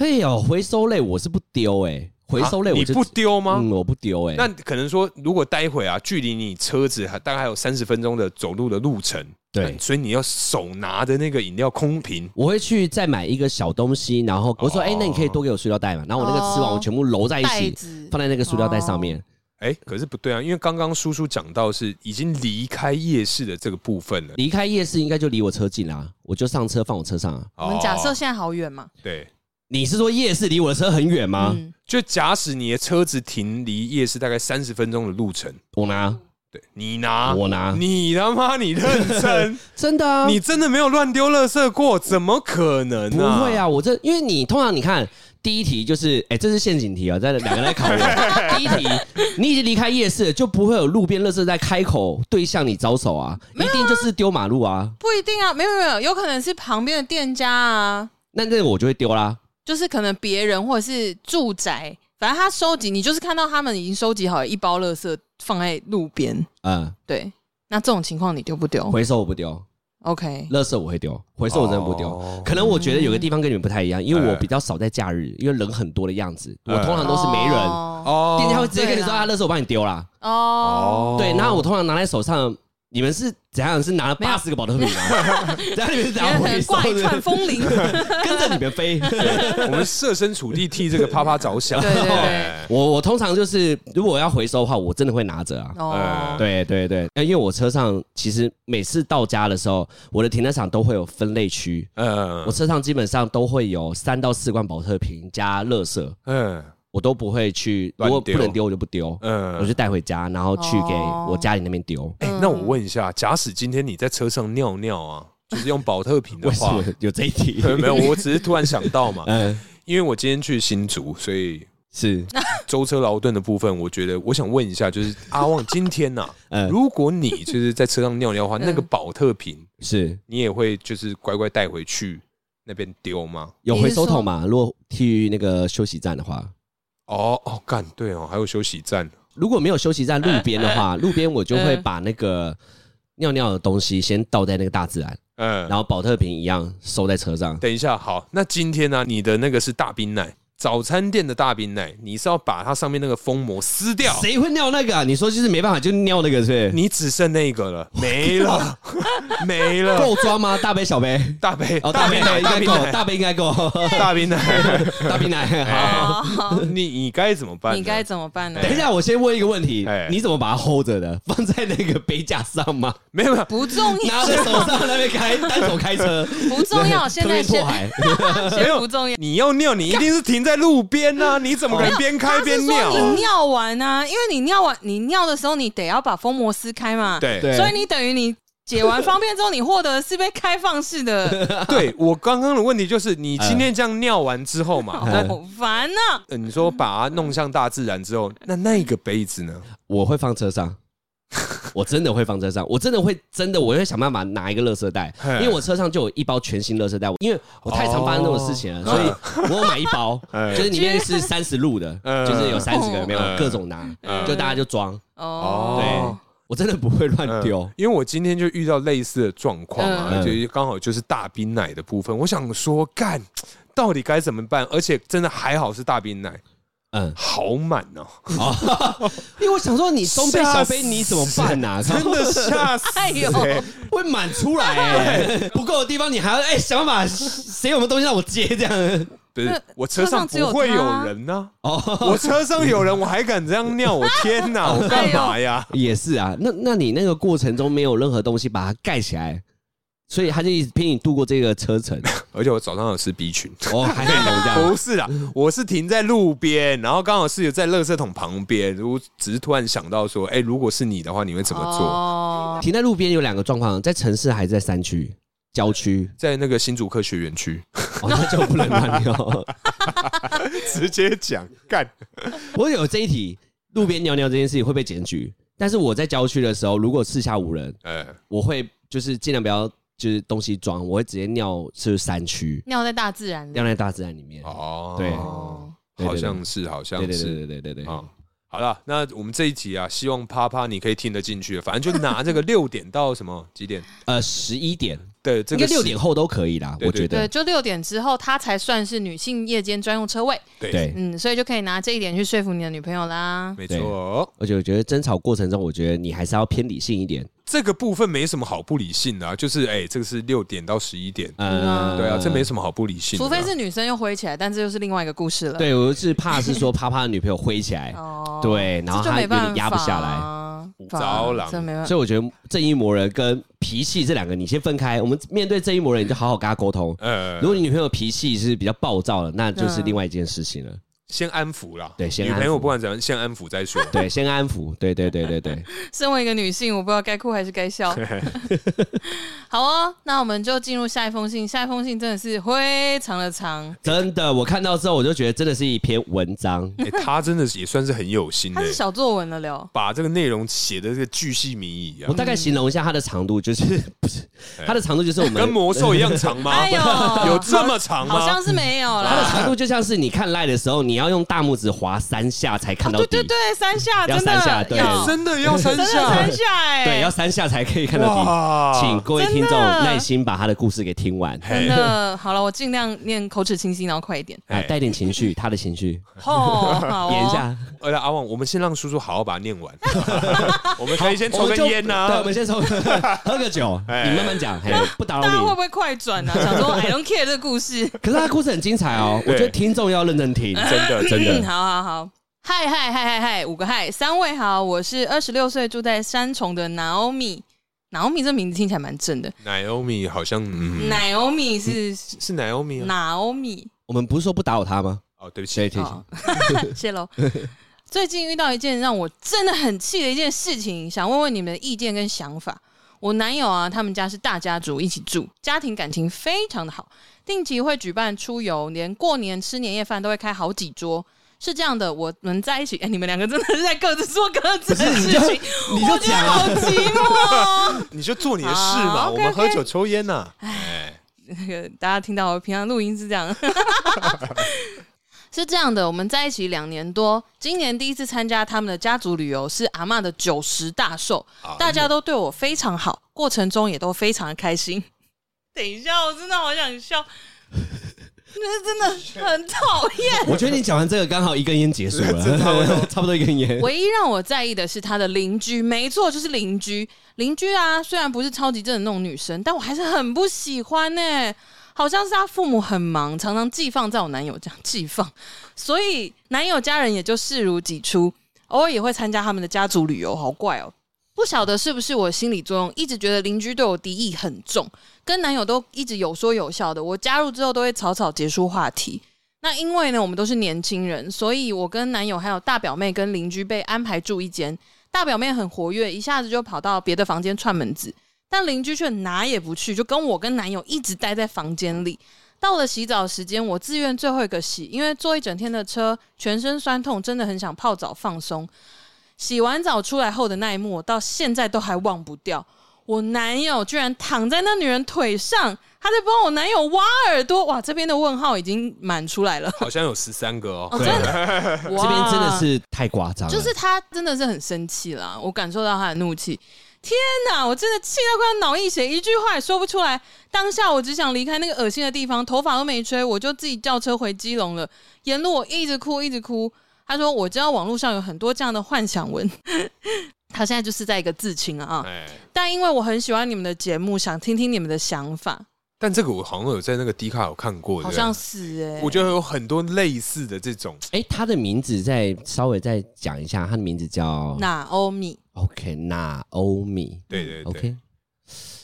S3: 哎呦，回收类我是不丢哎、回收类
S1: 啊
S3: 我
S1: 你
S3: 就、
S1: 不丢吗？
S3: 嗯，我不丢哎、
S1: 那可能说，如果待会啊，距离你车子还大概还有三十分钟的走路的路程，
S3: 对
S1: 嗯所以你要手拿着那个饮料空瓶，
S3: 我会去再买一个小东西，然后我说：“
S1: 哦
S3: 哎、那你可以多给我塑料袋嘛？”然后我那个吃完，
S2: 哦
S3: 我全部揉在一
S2: 袋
S3: 起，
S2: 子哦
S3: 放在那个塑料袋上面。
S1: 哎、可是不对啊，因为刚刚叔叔讲到是已经离开夜市的这个部分了。
S3: 离开夜市应该就离我车近啦，我就上车放我车上啊。
S2: 我们假设
S1: 哦
S2: 现在好远嘛，
S1: 对，
S3: 你是说夜市离我的车很远吗？
S2: 嗯，
S1: 就假使你的车子停离夜市大概三十分钟的路程，
S3: 我拿，
S1: 对你拿，
S3: 我拿
S1: 啊你他妈你认
S3: [LAUGHS]
S1: 真，
S3: 真的啊，
S1: 你真的没有乱丢垃圾过，怎么可能
S3: 不
S1: 呢、
S3: 会啊，我这因为你通常你看第一题就是，哎、这是陷阱题啊，在两个人在考
S1: [LAUGHS]
S3: 我。第一题，你已经离开夜市了，就不会有路边垃圾在开口对向你招手啊，一定就是丢马路啊。
S2: 不一定啊，没有没有没有，有可能是旁边的店家啊，
S3: 那那个我就会丢啦。
S2: 就是可能别人或者是住宅，反正他收集，你就是看到他们已经收集好一包垃圾放在路边，
S3: 嗯，
S2: 对，那这种情况你丢不丢
S3: 回收我不丢，
S2: ？OK，
S3: 垃圾我会丢，回收我真的不丢。
S1: 哦
S3: 可能我觉得有个地方跟你们不太一样，因为我
S1: 哎
S3: 比较少在假日，因为人很多的样子，我
S1: 哎
S3: 通常都是没人。
S2: 哦
S1: 哦
S3: 店家会直接跟你说
S2: 对啦
S3: 啊，垃圾我帮你丢啦。
S2: 哦，
S3: 对，那我通常拿在手上你们是怎样？是拿了
S2: 没有
S3: 八十个保特瓶
S2: [LAUGHS]
S3: 吗？在你们是怎样回收
S2: 挂一串
S3: 的？
S2: 风铃，
S3: 跟着你们
S2: [LAUGHS]
S3: 飞。
S1: [LAUGHS] 我们设身处地替这个啪啪着想。
S2: 对对对
S1: 哎
S3: 我我通常就是，如果我要回收的话，我真的会拿着啊。
S2: 哦，
S3: 对对对，呃因为我车上其实每次到家的时候，我的停车场都会有分类区，我
S1: 嗯
S3: 车上基本上都会有三到四罐保特瓶加垃圾，
S1: 嗯
S3: 我都不会去，如
S1: 乱
S3: 果
S1: 丢
S3: 不能丢我就不丢，
S1: 嗯
S3: 我就带回家，然后去给我
S2: 哦
S3: 家里那边丢。
S1: 哎、那我问一下，假使今天你在车上尿尿
S3: [LAUGHS]
S1: 啊，就是用保特瓶的
S3: 为什
S1: 话
S3: 么， [LAUGHS] 有这一题？
S1: [LAUGHS] 没有，我只是突然想到嘛，
S3: [LAUGHS]
S1: [LAUGHS]
S3: 嗯，
S1: 因为我今天去新竹，所以
S2: [LAUGHS]
S3: 是，
S1: 舟车劳顿的部分，我觉得我想问一下，就是阿旺今天呐、
S3: 嗯，
S1: 如果你就是在车上尿尿的话，那个保特瓶
S3: 是
S1: 你也会就是乖乖带回去那边丢吗？
S3: 有
S2: 你是
S3: 回收
S2: 说
S3: 桶嘛？如果去那个休息站的话，
S1: 哦哦，干对哦，还有休息站，
S3: 如果没有休息站路边的话， [LAUGHS] 路边我就会
S2: 嗯
S3: 把那个尿尿的东西先倒在那个大自然，
S1: 嗯，
S3: 然后保特瓶一样收在车上。
S1: 等一下，好，那今天呢、你的那个是大冰奶，早餐店的大冰奶，你是要把它上面那个封膜撕掉，
S3: 谁会尿那个、啊？你说就是没办法，就尿那个是不是？
S1: 你只剩那个了，没了，没了，
S3: 够
S1: [LAUGHS]
S3: 装吗？大杯小杯？
S1: 大杯，
S3: 哦，大
S1: 冰
S3: 杯应
S1: 奶，大
S3: 该
S1: 冰
S3: 够，
S1: 奶，
S3: 大杯应
S1: [LAUGHS]
S3: 该够，
S1: 大冰
S3: [LAUGHS]
S1: 奶，
S3: 大冰奶。好，
S1: 哎
S2: 哦，
S1: 你你该怎么办呢？
S2: 你该怎么办呢？
S3: 等一下，我先问一个问题
S1: 哎，
S3: 你怎么把它 hold
S1: [LAUGHS]
S3: 着的？放在那个杯架上吗？
S1: 没有没有，
S2: 不重
S3: 拿
S2: 要，
S3: 着手上那
S1: [LAUGHS]
S3: 边开，单手开车，
S2: 不重要，现在
S3: 推破
S2: 先
S3: 海。
S2: 先不重要。
S1: 你要尿，你一定是停在路边呐、你怎么可能边开
S2: 哦他是
S1: 边
S2: 说
S1: 尿、
S2: 你
S1: 啊？
S2: 尿完啊，因为你尿完，你尿的时候你得要把封膜撕开嘛，，
S1: 对
S3: 对
S2: 所以你等于你解完方便之后，你获得的是被开放式
S3: [LAUGHS]
S2: 的，
S1: [LAUGHS] 对，我刚刚的问题就是，你今天这样尿完之后嘛，那、
S2: 哦好烦啊呐！
S1: 呃你说把它弄向大自然之后，那那个杯子呢？
S3: 我会放车 [LAUGHS] 上，我真的会放车上，我真的会真的我会想办法拿一个垃圾袋，
S1: 嘿
S3: 因为我车上就有一包全新垃圾袋，因为我太常发生这种事情了，
S1: 哦
S3: 所以我有买一 [LAUGHS] 包，
S1: 哎
S3: 就是里面是三十路的，
S1: 嗯
S3: 就是有三十个有没有
S1: 嗯
S3: 各种拿，
S1: 嗯
S3: 就大家就装，
S2: 哦，
S3: 我真的不会乱
S1: 嗯
S3: 丢。
S1: 因为我今天就遇到类似的状况啊，
S3: 嗯
S1: 就是刚好就是大冰奶的部分，我想说干。到底该怎么办？而且真的还好是大冰奶，
S3: 嗯，
S1: 好满哦、
S3: 因为我想说你东杯
S1: 吓
S3: 小杯你怎么办呐？
S1: 真的吓死、 [LAUGHS]
S2: 哎呦
S1: 欸！
S3: 会满出来欸， [LAUGHS] 不够的地方你还要哎想办法，谁有没有东西让我接这样？
S1: 不是
S2: 那
S1: 我车上
S2: 车上只有
S1: 不会
S2: 他啊
S1: 有人呢、
S3: 哦，
S1: 我车上有人，我还敢这样尿？我天 [LAUGHS] 哪！我干嘛呀？
S3: 也是啊，那那你那个过程中没有任何东西把它盖起来，所以他就一直陪你度过这个
S1: [LAUGHS]
S3: 车程。
S1: 而且我早上有吃 B 群，
S3: 哦，还有这样，
S1: [LAUGHS] 不是啦，我是停在路边，然后刚好是有在垃圾桶旁边。我只是突然想到说，哎、如果是你的话，你会怎么
S2: 哦
S1: 做？
S2: 做？
S3: 停在路边有两个状况，在城市还是在山区、郊区，
S1: 在那个新竹科学园区，
S3: 哦，那就不能乱尿。
S1: [LAUGHS] 直接讲 [LAUGHS] 干。
S3: 我有这一题，路边尿尿这件事情会被检举，但是我在郊区的时候，如果四下无人，
S1: 呃，
S3: 我会就是尽量不要就是东西装，我会直接尿是山区，
S2: 尿在大自然里
S3: 尿，在大自然里面。
S1: 哦，
S3: 对
S2: 哦
S3: 对对对
S1: 好像是，好像
S3: 对对
S1: 是
S3: 对对对对对
S1: 啊。好了，那我们这一集啊，希望啪啪你可以听得进去，反正就拿这个六点到什么几点
S3: 呃，十一点，
S1: 的这
S3: 应
S1: 个
S3: 该六
S1: 时
S3: 点后都可以啦，
S1: 对
S3: 我觉
S2: 对，
S3: 得。
S2: 就六点之后，它才算是女性夜间专用车位。
S1: 对，
S3: 对，
S2: 嗯，所以就可以拿这一点去说服你的女朋友啦。
S1: 没错。
S3: 而且我觉得争吵过程中，我觉得你还是要偏理性一点。
S1: 这个部分没什么好不理性的、啊，就是哎、这个是六点到十一点，
S2: 啊
S3: 嗯，
S1: 对啊，这没什么好不理性的
S2: 除
S1: 啊、
S2: 非是女生又挥起来，但这又是另外一个故事了。
S3: 对，我是怕是说啪啪的女朋友挥起来，
S2: 哦，
S3: 对，然后
S2: 这就
S3: 她
S2: 没
S3: 有
S2: 办法
S3: 点压不下来。
S2: 啊
S1: 糟了
S2: 这没办法
S3: 所。以我觉得正义魔人跟脾气这两个，你先分开。我们面对正义魔人，你就好好跟他沟通。
S1: 呃
S3: 如，果你女朋友脾气是比较暴躁的，那就是另外一件事情
S2: 嗯
S3: 了。
S1: 先安抚啦，
S3: 对先
S1: 女
S3: 安抚
S1: 朋友不管怎样，先安抚再说。 [LAUGHS]
S3: 对，先安抚。对对对
S2: [LAUGHS]
S3: 对对，
S2: 身为一个女性，我不知道该哭还是该笑。好哦，那我们就进入下一封信。下一封信真的是非常的长，
S3: 真的，我看到之后我就觉得真的是一篇文章。
S1: 哎、他真的是也算是很有
S3: 嗯
S1: 心
S3: [LAUGHS]
S1: 的、
S2: 它是小作文了了。
S1: 把这个内容写的这个巨细靡遗啊
S3: 我。大概形容一下它的长度，就是不是它的长度就是我
S1: 哎跟
S3: 们。
S1: 魔兽一样长
S3: 啊
S1: 吗？
S2: [LAUGHS] 哎呦
S1: [LAUGHS]
S3: [LAUGHS]
S1: 有这么长
S2: 好
S1: 吗
S2: 像？是没有
S3: 它的
S2: 啦。
S3: 长度就像是你看赖的时候，你要用大拇指划三下才看到
S2: 哦对对
S3: 底，
S2: 对，三下
S3: 要
S2: 真的
S3: 三下对
S2: 要
S1: 真的要三
S2: 真的三
S1: 下？
S2: 下哎，
S3: 对要三下才可以看到底。请各位听众
S2: 真的
S3: 耐心把他的故事给听完，
S2: 真的好了，我尽量念口齿清晰，然后快一
S3: [LAUGHS]
S2: 点。
S3: 啊，带点情绪，他的情绪
S2: 哦，好哦
S3: 演一，下。
S1: 而且阿旺，我们先让叔叔好好把它
S3: [LAUGHS]
S1: 念完，我们可以先
S3: 我
S1: 抽根
S3: 们就
S1: 烟啊
S3: 对，
S1: 呐
S2: [LAUGHS]
S3: 我。们先抽， [LAUGHS] 喝个酒，
S1: 哎
S3: 你慢慢讲，嘿，不打
S2: 大家会
S3: 扰
S2: 不
S3: 你。
S2: 会快转呢？想说 I
S3: [LAUGHS]
S2: don't care 这个故事。
S3: 可是他的故事很精彩哦，我
S1: 对
S3: 觉得听众要认真听，
S1: 真的真
S3: [LAUGHS]
S2: 嗯，
S1: 的，
S2: 好好好，嗨嗨嗨嗨嗨，五个嗨，三位好，我是二十六岁住在三重的 Naomi。Naomi 这名字听起来蛮正的
S1: 奶欧米好像嗯，
S2: ，Naomi 是
S1: 是奶欧
S3: 嗯
S1: 米啊。
S2: Naomi，
S3: 我们不是说不打扰他吗？
S1: 哦，对不起
S3: 谁，提醒？
S2: 哦 [LAUGHS] 谢喽。最近遇到一件让我真的很气的一件事情，想问问你们的意见跟想法。我男友啊，他们家是大家族，一起住，家庭感情非常的好，定期会举办出游，连过年吃年夜饭都会开好几桌。是这样的，我们在一起，哎、你们两个真的是在各自做各自的事情，
S3: [LAUGHS] 你就
S2: 我觉得
S3: 讲啊
S2: 好寂寞哦。
S1: [LAUGHS] 你就做你的事嘛，
S2: 好
S1: 我们喝
S2: OK，OK
S1: 酒抽烟呐。哎，
S2: 那个大家听到我平常录音是这样， [LAUGHS] 是这样的，我们在一起两年多，今年第一次参加他们的家族旅游，是阿嬷的九十大寿，
S1: 啊
S2: 大家都对我非常好，过程中也都非常开心。等一下，我真的好想笑，那真的很讨厌。
S3: 我觉得你讲完这个刚好一根烟结束
S1: [LAUGHS]
S3: 了， [LAUGHS] 差不多一根烟。
S2: 唯一让我在意的是她的邻居，没错，就是邻居。邻居啊，虽然不是超级正的那种女生，但我还是很不喜欢呢、好像是她父母很忙，常常寄放在我男友家寄放，所以男友家人也就视如己出，偶尔也会参加他们的家族旅游，好怪哦。不晓得是不是我心理作用，一直觉得邻居对我敌意很重，跟男友都一直有说有笑的。我加入之后都会草草结束话题，那因为呢，我们都是年轻人，所以我跟男友还有大表妹跟邻居被安排住一间。大表妹很活跃，一下子就跑到别的房间串门子，但邻居却哪也不去，就跟我跟男友一直待在房间里。到了洗澡时间，我自愿最后一个洗，因为坐一整天的车，全身酸痛，真的很想泡澡放松。洗完澡出来后的那一幕，我到现在都还忘不掉。我男友居然躺在那女人腿上，他在帮我男友挖耳朵。哇，这边的问号已经满出来了。
S1: 好像有十三个哦。
S2: 哦，真的，
S3: 这
S2: 这
S3: 边真的是太夸张了，
S2: 就是他真的是很生气啦，我感受到他的怒气。天哪，我真的气到快要脑溢血，一句话也说不出来。当下我只想离开那个恶心的地方，头发都没吹，我就自己叫车回基隆了。沿路我一直哭，一直哭。他说：“我知道网络上有很多这样的幻想文。” [LAUGHS] 他现在就是在一个自清啊 [LAUGHS] 啊！
S1: 哎，
S2: 但因为我很喜欢你们的节目，想听听你们的想法，
S1: 但这个我好像有在那个 D 卡有看过，
S2: 好
S1: 对不
S2: 像
S1: 对
S2: 是哎、
S1: 我觉得有很多类似的这种，
S3: 哎，他的名字再稍微再讲一下，他的名字叫
S2: 那欧米
S3: OK 那欧米
S1: 对对对
S3: OK，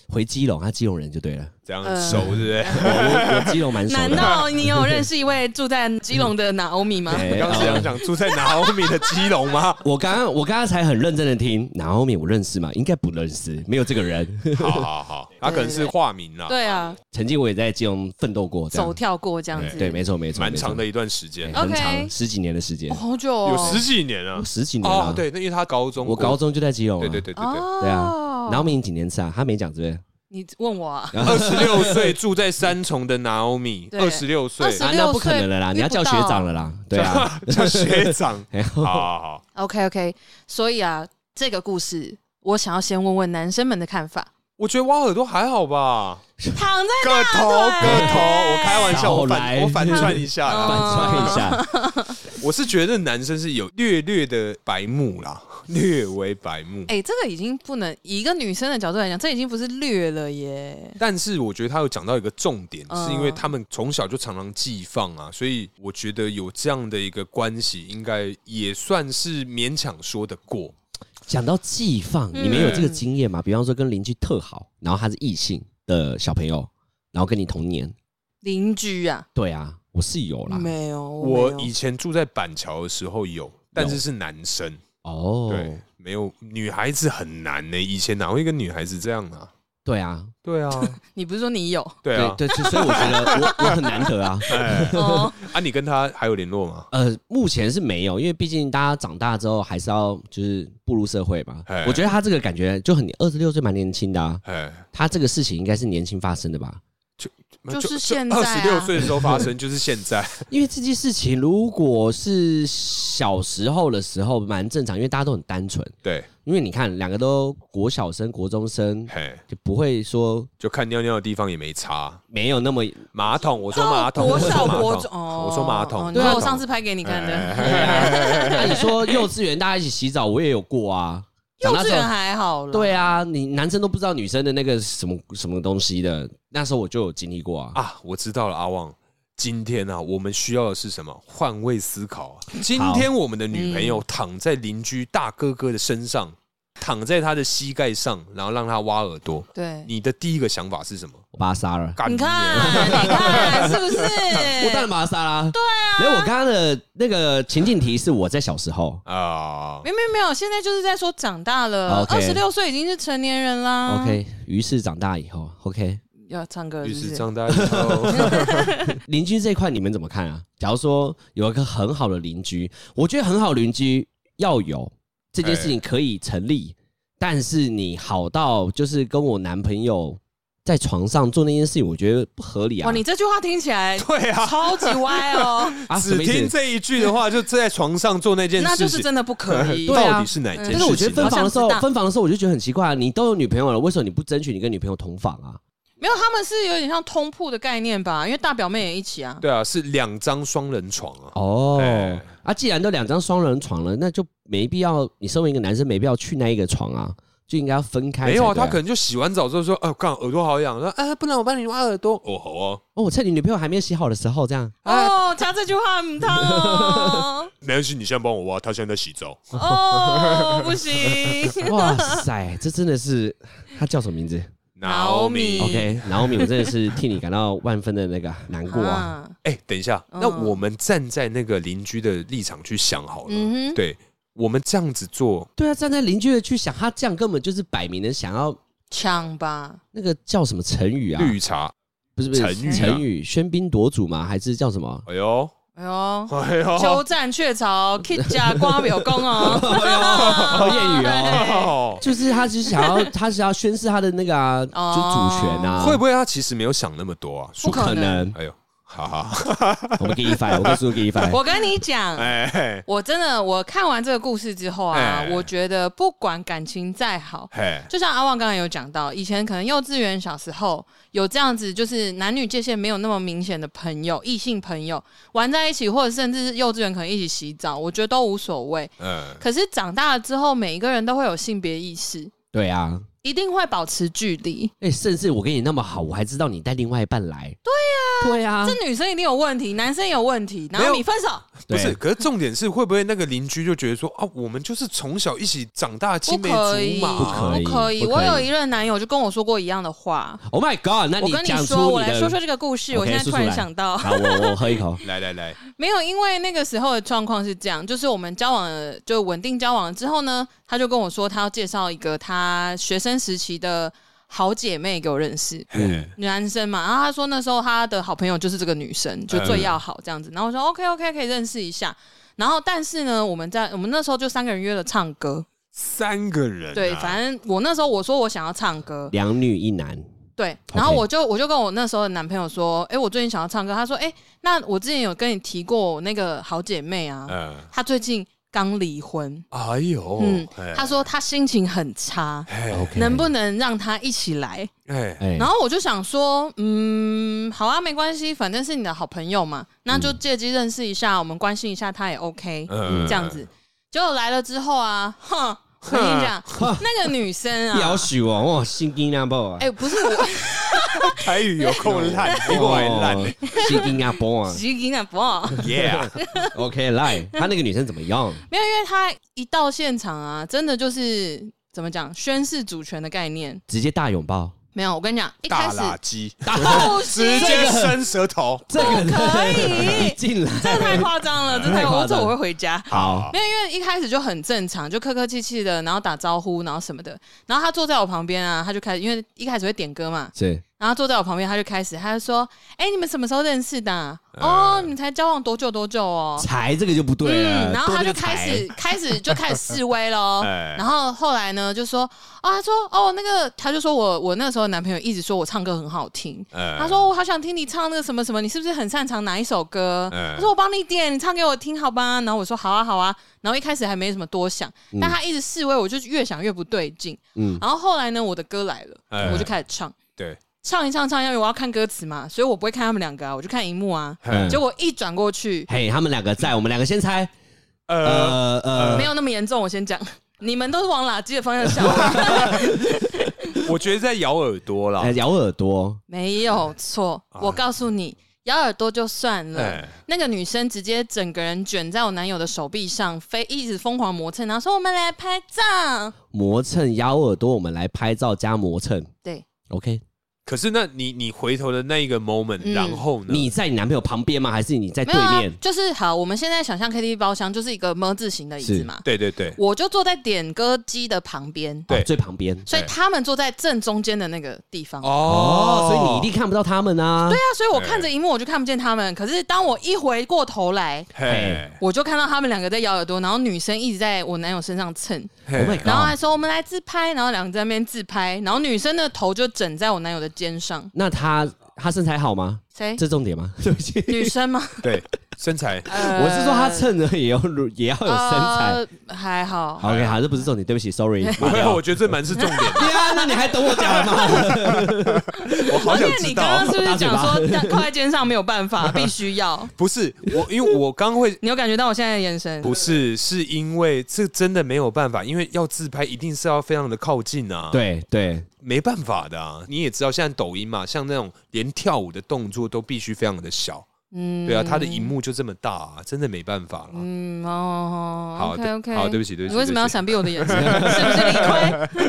S3: 回基隆，他基隆人
S2: [LAUGHS]
S3: 就对了。
S1: 这样
S2: 呃
S1: 熟，对不对？
S3: 我我我基隆蛮熟
S2: 难
S3: 的，
S2: 道你有认识一位住在基隆的拿欧米吗？
S3: [LAUGHS] 对
S1: 我刚刚是想讲住在拿欧米的基隆吗？
S3: 我刚刚我刚刚才很认真的听，然后面我认识吗？应该不认识，没有这个人。 [LAUGHS]
S1: 好好好，他可能是化名啦，
S2: 对啊，
S3: 曾经我也在基隆奋斗过，这样
S2: 走跳过这样子，
S3: 对，没错没错，
S1: 蛮长
S3: 没
S1: 的一段时间
S3: 错，，很
S2: OK
S3: 长十几年的时间
S2: 哦，好久哦，
S1: 有十几年了
S3: 我。十几年
S1: 哦
S3: 了，，
S1: 对，那因为他高中，
S3: 我高中就在基隆
S1: 对，
S3: 了，
S1: 对对对对
S2: 哦，
S3: 对啊。然后明几年次啊？他没讲对不
S2: 你问我啊，
S1: 对，二十六岁住在三重的拿欧米，
S2: 对
S1: 二十六岁
S2: 26
S3: 对？啊，那不可能了啦，
S2: 岁
S3: 你要叫学长了啦，对啊。
S1: 叫学长，
S3: 哎
S1: 好好好，
S2: ，OK OK，所以啊，这个故事我想要先问问男生们的看
S3: [LAUGHS]
S2: 法，
S1: 我觉得挖耳朵还好吧，
S2: 躺在
S1: 个头个头，我开玩笑，我
S3: 少
S1: 反
S3: 来
S1: 我反串一下
S2: 哦
S3: [LAUGHS] 反
S1: 啦，
S2: 嗯
S3: 串一下，
S1: 我是觉得男生是有略略的白目啦， [LAUGHS] 略为白目。
S2: 哎、这个已经不能以一个女生的角度来讲，这已经不是略了耶。
S1: 但是我觉得他有讲到一个重点，
S2: 嗯
S1: 是因为他们从小就常常寄放啊，所以我觉得有这样的一个关系，应该也算是勉强说得过。
S3: 讲到寄放，
S2: 嗯
S3: 你们有这个经验吗？比方说跟邻居特好，然后他是异性的小朋友，然后跟你同年，
S2: 邻居啊，
S3: 对啊，我是有啦。
S2: 没有，
S1: 我
S2: 没有
S1: 以前住在板桥的时候有，但是是男生，
S3: 哦，
S1: 对，没有女孩子很难呢、以前哪会跟女孩子这样啊？
S3: 对啊，
S1: 对啊，
S2: 你不是说你有？
S1: [LAUGHS] 对啊，
S3: 对，所以我觉得我我很难得啊。
S1: 哎，
S2: 哦，
S1: [LAUGHS] 啊，你跟他还有联络吗？
S3: 呃，目前是没有，因为毕竟大家长大之后还是要就是步入社会嘛
S1: 哎。
S3: 我觉得他这个感觉就很二十六岁蛮年轻的啊，
S1: 哎，
S3: 他这个事情应该是年轻发生的吧？
S2: 就是现在
S1: 二
S2: 啊
S1: 十六岁的时候发生，就是现在。 [LAUGHS]
S3: 因为这件事情如果是小时候的时候蛮正常，因为大家都很单纯。
S1: 对，
S3: 因为你看，两个都国小生、国中生，
S1: 嘿，
S3: 就不会说
S1: 就看尿尿的地方也没擦。
S3: 没有
S2: [LAUGHS]
S3: 那么
S1: 马桶，我说马桶，
S2: 哦国
S1: 我说
S2: 小
S1: 马
S2: 国
S1: 桶
S2: 中，哦，
S1: 我说马桶啊哎
S2: 哦你说
S1: 马桶
S2: 我上次拍给你看的，
S3: 那你说幼稚园大家一起洗澡，我也有过啊。
S2: 幼
S3: 长大
S2: 稚
S3: 之后
S2: 园还好了，
S3: 对啊，你男生都不知道女生的那个什么什么东西的，那时候我就有经历过啊。
S1: 啊，我知道了，阿旺。今天啊，我们需要的是什么？换位思考啊！今天我们的女朋
S2: 嗯
S1: 友躺在邻居大哥哥的身上，躺在他的膝盖上，然后让他挖耳朵。
S2: 对，
S1: 你的第一个想法是什么？
S3: 我把他杀了，
S1: 干
S2: 你看，
S1: 娘
S2: 你看是不是？
S3: [LAUGHS] 我当然把他杀啦。对啊，没有我刚刚的那个情境题是我在小时候。
S1: 啊！
S2: 没有没有没有，现在就是在说长大了，二
S3: OK
S2: 十六岁已经是成年人啦。
S3: OK，于是长大以后，OK，
S2: 要唱歌
S1: 于
S2: 是
S1: 是
S2: 不是？
S1: 长大以后，
S2: [LAUGHS]
S3: 邻居这一块你们怎么看啊？假如说有一个很好的邻居，我觉得很好邻居要有这件事情可以成立，但是你好到就是跟我男朋友在床上做那件事情，我觉得不合理啊
S2: 哇，！哦你这句话听起
S3: [LAUGHS]
S2: 来
S1: 对啊，
S2: 超级歪哦，
S3: 啊，什
S1: 只
S3: 么意思
S1: 听这一句的
S3: [LAUGHS]
S1: 话，就在床上做那件
S2: 那
S1: 事
S2: 就是
S1: 情，
S2: 真的不可以。
S3: 对啊
S1: [LAUGHS] 到底是哪一件事情
S3: 但
S1: 啊？
S3: 是我觉得分房的时候
S2: 好像知道，
S3: 分房的时候我就觉得很奇怪、啊，你都有女朋友了，为什么你不争取你跟女朋友同房啊？
S2: 没有，他们是有点像通铺的概念吧，因为大表妹也一起啊。
S1: 对啊，是两张双人床啊。
S3: 哦，
S1: 哎
S3: 啊，既然都两张双人床了，那就没必要，你身为一个男生没必要去那一个床啊，就应该要分开才
S1: 没
S3: 对啊。
S1: 有啊，他可能就洗完澡之后说：“哦，刚好耳朵好痒。”说：“哎，不然我帮你挖耳朵。”哦，好啊，
S3: 哦，我趁你女朋友还没有洗好的时候这样。
S2: 哦，加这句话很烫
S3: [LAUGHS]
S2: 哦，
S1: 没关系，你现在帮我挖。他现在在洗澡。
S2: 哦，不
S3: [LAUGHS]
S2: 行。
S3: 哇塞，这真的是他叫什么名字
S2: Naomi
S3: ？OK，然后米，我真的是替你感到万分的那个难过啊。
S2: 啊
S1: 哎，等一下，
S2: 嗯
S1: 那我们站在那个邻居的立场去想好了，
S2: 嗯哼，
S1: 对我们这样子做，
S3: 对啊，站在邻居的去想，他这样根本就是摆明的想要
S2: 抢吧，
S3: 那个叫什么成语啊？
S1: 绿茶，
S3: 不是不是
S1: 成语啊
S3: 成语，喧宾夺主吗？还是叫什么？
S1: 哎呦，
S3: 哦
S2: 哎呦。
S1: 哎呦，
S2: 鸠占鹊
S1: [LAUGHS]
S2: 巢，K 家瓜表公哦，
S1: 哎
S3: [LAUGHS] 哦谚语哦，
S1: 哦
S3: 就是他只是想要，他是要宣示他的那个啊，就
S2: 哦
S3: 主权啊，
S1: [LAUGHS] 会不会他其实没有想那么多啊？说
S2: 不可能。
S1: 哎呦，哈哈， [LAUGHS]
S3: 我们给一翻，我跟叔叔给
S2: [LAUGHS]
S3: 一翻。
S2: 我跟你讲，
S1: 哎
S2: 我真的我看完这个故事之后啊
S1: 哎，
S2: 我觉得不管感情再好，
S1: 嘿，
S2: 就像阿旺刚才有讲到，以前可能幼稚园、小时候有这样子，就是男女界限没有那么明显的朋友，异性朋友玩在一起，或者甚至是幼稚园可能一起洗澡，我觉得都无所谓。
S1: 嗯，
S2: 可是长大了之后，每一个人都会有性别意识，
S3: 对啊，
S2: 一定会保持距离。
S3: 哎，甚至我跟你那么好，我还知道你带另外一半来。对啊呀，对呀，
S2: 这女生一定有问题，男生也有问题，然
S1: 没
S2: 后
S1: 有
S2: 你分手，
S1: 不是，可是重点是会不会那个邻居就觉得说啊，我们就是从小一起长大，青
S2: 不
S1: 梅
S2: 可以，
S1: 竹马，
S3: 可以
S2: 不可
S3: 不可以
S2: 我有一任男友就跟我说过一样的话。
S3: Oh my God！那
S2: 我
S3: 你
S2: 跟
S3: 讲
S2: 说，
S3: 出
S2: 我
S3: 你
S2: 来
S3: 的
S2: 说说这个故事。
S3: OK，
S2: 我现在
S3: 叔叔
S2: 突然
S3: 来
S2: 想到， [LAUGHS]
S3: 好，我我喝一口。
S1: 来来来，
S2: 没有，因为那个时候的状况是这样，就是我们交往了就稳定交往了之后呢，他就跟我说他要介绍一个他学生时期的好姐妹给我认识，
S1: 嗯，
S2: 男生嘛。然后他说那时候他的好朋友就是这个女生，
S3: 嗯
S2: 就最要好这样子。然后我说 OK OK 可以认识一下。然后但是呢，我们在我们那时候就三个人约了唱歌，
S1: 三个人啊，
S2: 对，反正我那时候我说我想要唱歌，
S3: 两女一男，
S2: 对，
S3: OK
S2: 然后我就我就跟我那时候的男朋友说，哎、我最近想要唱歌。他说，哎、那我之前有跟你提过我那个好姐妹啊，
S1: 嗯，
S2: 她最近刚离婚，
S1: 哎
S3: 哦
S1: 呦，
S2: 嗯
S1: 哎，
S2: 她说她心情很差，
S1: 哎
S3: OK
S2: 能不能让她一起来？
S1: 哎
S3: 哎
S2: 然后我就想说，嗯，好啊，没关系，反正是你的好朋友
S3: 嗯
S2: 嘛，那就借机认识一下，我们关心一下她也 OK，、
S1: 嗯
S2: 这样子。结果来了之后啊，哼，我跟你
S3: [LAUGHS]
S2: 讲，那个女生啊，
S3: 要许哦，哇，心惊啊波啊
S2: 哎、，不是我。 [LAUGHS]
S1: 台语有够烂，比哎我还烂
S3: 哦，心惊啊
S2: [LAUGHS]
S3: 波啊
S2: 急给不好，
S1: ，Yeah，
S3: ，OK 来，他那个女生怎么样？
S2: 没有，因为他一到现场啊，真的就是怎么讲，宣誓主权的概念。
S3: 直接大拥抱，
S2: 没有，我跟你讲， [LAUGHS] 一开
S1: 大
S2: 始
S1: 垃圾，
S2: 不
S1: 直
S2: 行，
S1: 接伸舌头。
S3: 这个人
S2: 可以
S3: 进来，
S2: 这个太夸张了，这太
S3: 太夸
S2: 夸
S3: 张
S2: 张，这我会回家。
S3: 好，
S2: 没有，因为一开始就很正常，就客客气气的，然后打招呼，然后什么的。然后他坐在我旁边啊，他就开始，因为一开始会点歌嘛，
S3: 是
S2: 然后坐在我旁边，他就开始，他就说：“哎、你们什么时候认识的啊、
S1: 嗯
S2: 哦，你们才交往多久多久哦？”
S3: 才这个就不对了，
S1: 啊
S2: 嗯，然后
S3: 多
S2: 他
S3: 这
S2: 就
S3: 个
S2: 开
S3: 才
S2: 始开始就开始示威喽
S1: [LAUGHS] 哎。
S2: 然后后来呢，就说啊，他说哦，那个他就说我我那时候男朋友一直说我唱歌很好听，
S1: 哎
S2: 他说我好想听你唱那个什么什么，你是不是很擅长哪一首歌？
S1: 哎
S2: 他说我帮你点，你唱给我听好吧？然后我说好啊好啊。然后一开始还没什么多想，
S1: 嗯
S2: 但他一直示威，我就越想越不对劲。
S3: 嗯
S2: 然后后来呢，我的歌来
S1: 哎
S2: 了，我就开始唱。
S1: 对，
S2: 唱一唱唱一唱，因为我要看歌词嘛，所以我不会看他们两个啊，我就看荧幕啊。
S3: 嗯
S2: 结果一转过去，
S3: 嘿，他们两个在，我们两个先猜，
S1: 呃，
S3: 呃呃，
S2: 没有那么严重，我先讲。你们都是往垃圾的方向想，
S1: 我觉得在咬耳朵啦
S3: 呃，。咬耳朵，
S2: 没有错。我告诉你，咬耳朵就算了
S1: 哎，
S2: 那个女生直接整个人卷在我男友的手臂上，非一直疯狂磨蹭，然后说我们来拍照。
S3: 磨蹭咬耳朵，我们来拍照加磨蹭
S2: 对，
S3: ，OK？
S1: 可是那你你回头的那一个 moment，、
S2: 嗯
S1: 然后呢？
S3: 你在你男朋友旁边吗？还是你在
S2: 没
S3: 对
S2: 有啊
S3: 面？，
S2: 就是好。我们现在想象 KTV 包厢就是一个么字形的椅
S3: 是
S2: 子嘛，
S1: 对对对，
S2: 我就坐在点歌机的旁边，
S1: 对
S3: 哦最旁边。
S2: 所以他们坐在正中间的那个地方。
S3: 哦，所以你一定看不到他们啊。对
S2: 对啊，所以我看着荧幕我就看不见他们，可是当我一回过头来，
S1: 嘿，
S2: 我就看到他们两个在咬耳朵，然后女生一直在我男友身上蹭，
S1: 嘿
S3: Oh my
S2: 然后还
S3: god！
S2: 说我们来自拍，然后两个在那边自拍，然后女生的头就枕在我男友的肩上，
S3: 那他他身材好吗？
S2: 谁？
S3: 这重
S2: [LAUGHS]
S3: 点吗？对不起，
S2: 女生
S1: [LAUGHS]
S2: 吗？
S1: 对，身
S2: [LAUGHS]
S1: 材
S2: 呃
S3: [LAUGHS] 我是说他蹭的也要也要有身材。
S2: 呃、还好。
S3: 好 OK，好，这不是重点，对不起，sorry。
S1: 不会，
S3: [LAUGHS]
S1: 我觉得这蛮是重点的，
S3: 呀，那你还等我讲完吗？
S2: [LAUGHS]
S1: 我好想
S2: 而且
S1: 知
S2: 哎你刚
S1: 道。啊
S2: 刚是不是讲
S3: 大
S2: 说但靠在肩上没有
S1: [LAUGHS]
S2: 办法，必须要？
S1: 不是我，因为我刚会
S2: 你有感觉到我现在的眼神？
S1: 不是，是因为这真的没有办法，因为要自拍一定是要非常的靠近啊，，
S3: 对对，
S1: 没办法的啊。你也知道，现在抖音嘛，像那种连跳舞的动作都必须非常的小，
S2: 嗯，
S1: 对啊，它的荧幕就这么大、啊，真的没办法了。
S2: 嗯哦
S1: 好
S2: ，OK
S1: 对
S2: OK，
S1: 好对不起对不起
S2: 你为什么要闪避我的眼神？ [LAUGHS] 是不是理亏？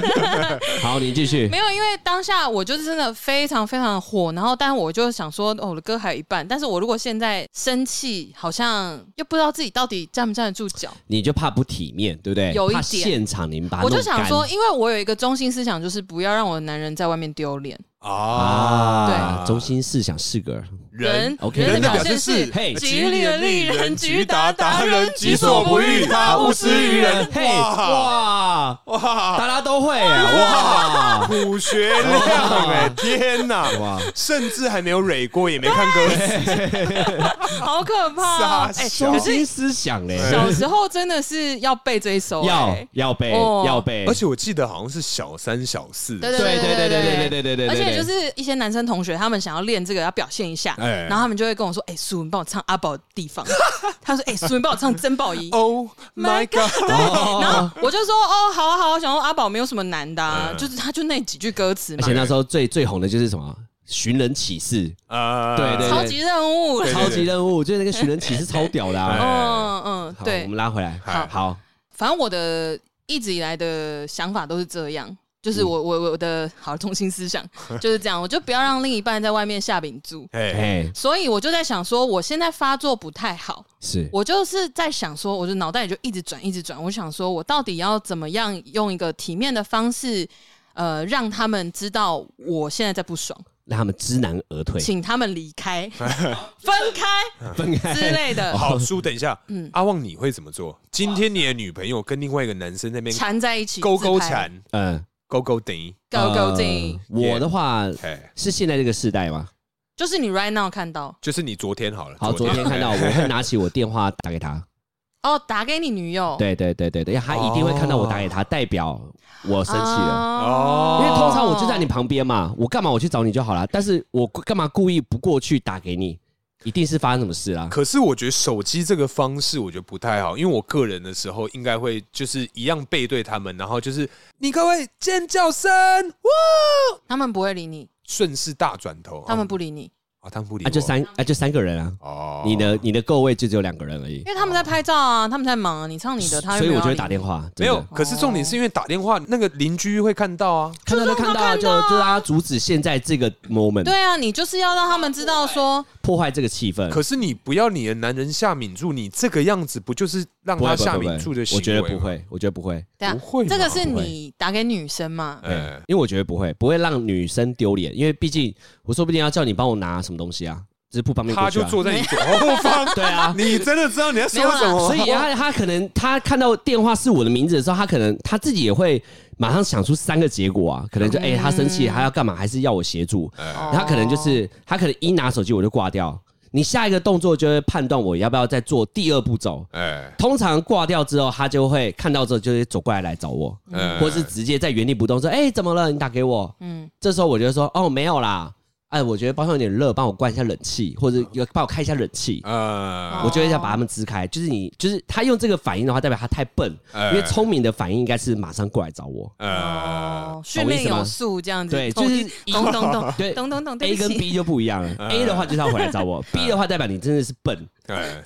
S3: 好，你继续
S2: 没。有，因为当下我就是真的非常非常火，然后但我就想说，哦，我的歌还有一半，但是我如果现在生气，好像又不知道自己到底站不站得住脚。
S3: 你就怕不体面，对不对？
S2: 有一
S3: 怕
S2: 点
S3: 现场你们把它
S2: 我就
S3: 弄
S2: 想
S3: 干
S2: 说，因为我有一个中心思想，就是不要让我的男人在外面丢脸。
S1: 啊，
S3: 啊，中心思想是个
S1: 人
S3: OK
S2: 人
S3: 人的
S2: 表
S3: 表
S2: 现
S1: 现
S2: 是
S1: 是
S3: 嘿
S2: 己利人利人，局达达人，
S1: 己所不欲，他勿施于人。
S3: 嘿
S1: 哇
S3: 哇，
S1: 哇，
S3: 大家都会啊
S1: [LAUGHS]
S3: 哇
S1: 苦学亮
S3: [LAUGHS]
S1: 哎，天哪！
S3: 哇！
S1: 甚至还没有蕊过，也没看歌词，
S2: 好可怕！
S1: 傻
S2: 哎，
S1: 笑
S3: 中
S2: 可是
S3: 心思想嘞，
S2: 小时候真的是要背这一首，
S3: 要
S2: 哎
S3: 要背
S2: 哦
S3: 要背，
S1: [LAUGHS] 而且我记得好像是小三、小四，
S2: 对
S3: 对对对对对对对对对，
S2: 而且就是一些男生同学，他们想要练这个，要表现一下，
S1: 哎
S2: 然后他们就会跟我说：“哎、苏文帮我唱阿宝的地方。” [LAUGHS] 他说：“哎、苏文帮我唱曾宝仪。
S3: 哦
S1: Oh my god！
S2: 然后我就说：“哦，好啊，好啊，想说阿宝没有什么难的、啊，
S1: 嗯
S2: 就是他就那几句歌词
S3: 哎而
S2: 嘛
S3: 且，那时候最最红的就是什么寻人启事，
S1: 啊
S3: 对对
S2: 超级任务。
S1: 对哎
S3: 超级任务，就是那个寻人启事超屌
S1: [LAUGHS]
S3: 的啊。
S2: 嗯嗯，
S3: 好，我
S2: 对，
S3: 们拉回来，
S1: 好
S3: 好，
S2: 反正我的一直以来的想法都是这样。”就是
S3: 嗯
S2: 我我我的好中心思想 [LAUGHS] 就是这样，我就不要让另一半在外面下饼住，
S1: 哎，
S3: 哎，
S2: 所以我就在想说，我现在发作不太好，
S3: 是
S2: 我就是在想说，我的脑袋里就一直转，一直转。我想说，我到底要怎么样用一个体面的方式，呃，让他们知道我现在在不爽，
S3: 让他们知难而退，
S2: 请他们离
S1: [LAUGHS]
S2: 开、分开
S3: [LAUGHS] 分开
S2: 之类
S3: [LAUGHS]
S2: 的，
S1: 好，叔，等一下，
S2: [LAUGHS] 嗯
S1: 阿旺你会怎么做？今天你的女朋友跟另外一个男生在那边
S2: 缠在一起，
S1: 勾勾
S2: 自拍，
S1: 缠，
S3: 嗯，
S1: 勾勾顶，
S2: 勾勾
S3: 呃
S2: 进，
S3: 我的话
S1: 哎，
S3: 是现在这个时代吗？
S2: 就是你 right now 看到
S1: 就是你昨天好了，
S3: 好，昨天看到我会拿起我电话打给
S1: [LAUGHS]
S3: 他，
S2: 哦，打给你女友，
S3: 对对对对对，他一定会看到我打给他，代表我生气了。
S1: 哦
S3: 因为通常我就在你旁边嘛，我干嘛我去找你就好了。但是我干嘛故意不过去打给你？一定是发生什么事啦。
S1: 可是我觉得手机这个方式，我觉得不太好，因为我个人的时候应该会就是一样背对他们，然后就是你各位尖叫声，哇，
S2: 他们不会理你，
S1: 顺势大转头，
S2: 他们不理你，
S1: 啊，他们不理
S3: 啊，
S1: 我，
S3: 就三啊，就三个人啊，
S1: 哦，
S3: 你的你的够位就只有两个人而已
S2: 因，为他们在拍照啊，他们在忙啊，你唱你的，他又
S3: 所以
S2: 没有
S3: 我就会
S2: 要
S3: 打
S2: 理你
S3: 电话，
S1: 没
S3: 真的
S1: 有，可是重点是因为打电话，那个邻居会看到啊。
S3: 看到就看到，就就让他阻止现在这个 moment
S2: 对啊，你就是要让他们知道说，
S3: 破坏这个气氛，
S1: 可是你不要你的男人下敏柱，你这个样子不就是让
S3: 不会
S1: 他
S3: 不会
S1: 下
S3: 不会
S1: 敏柱的行
S3: 我
S1: 为？
S3: 觉得不，会，我觉得不会，
S2: 对啊
S1: 不，会吧，
S2: 这个是
S3: 不会
S2: 你打给女生嘛？
S1: 哎，
S3: 因为我觉得不会，不会让女生丢脸，因为毕竟我说不定要叫你帮我拿什么东西啊，只是不方便
S1: 他
S3: 过去
S1: 就
S3: 啊，
S1: 坐在你左后方，
S3: 对啊，
S1: 你真的知道你在说什么？
S3: [LAUGHS] 所以啊他他可能他看到电话是我的名字的时候，他可能他自己也会马上想出三个结果啊，可
S1: 嗯
S3: 能就哎、他生气，他要干嘛，还是要我协助？
S2: 哦
S3: 他呃可能就是他可能一拿手机我就挂掉，你下一个动作就会判断我要不要再做第二步骤。
S1: [LAUGHS] 哎，
S3: 通常挂掉之后，他就会看到之后就会走过来来找我，
S1: 嗯
S3: 或是直接在原地不动说：“哎、怎么了？你打给我。”
S2: 嗯，
S3: 这时候我就说：“哦，没有啦，哎，我觉得包厢有点热，帮我关一下冷气，或者帮我开一下冷气。”
S2: 哦
S1: 呃，
S3: 我就会要把他们支开。就是你，就是他用这个反应的话，代表他太笨，
S1: 哎
S2: 嗯
S3: 因为聪明的反应应该是马上过来找我。
S1: 呃，
S2: 哦，训练有素这样子，
S3: 对就是
S2: 咚咚
S3: [LAUGHS]
S2: 咚咚
S3: 对
S2: 咚咚咚，对
S3: A
S2: 不
S3: 跟
S2: 起。嗯
S3: B 就不一样了，A 的话就是要回来找我，B 的话代表你真的是笨。
S1: 哎，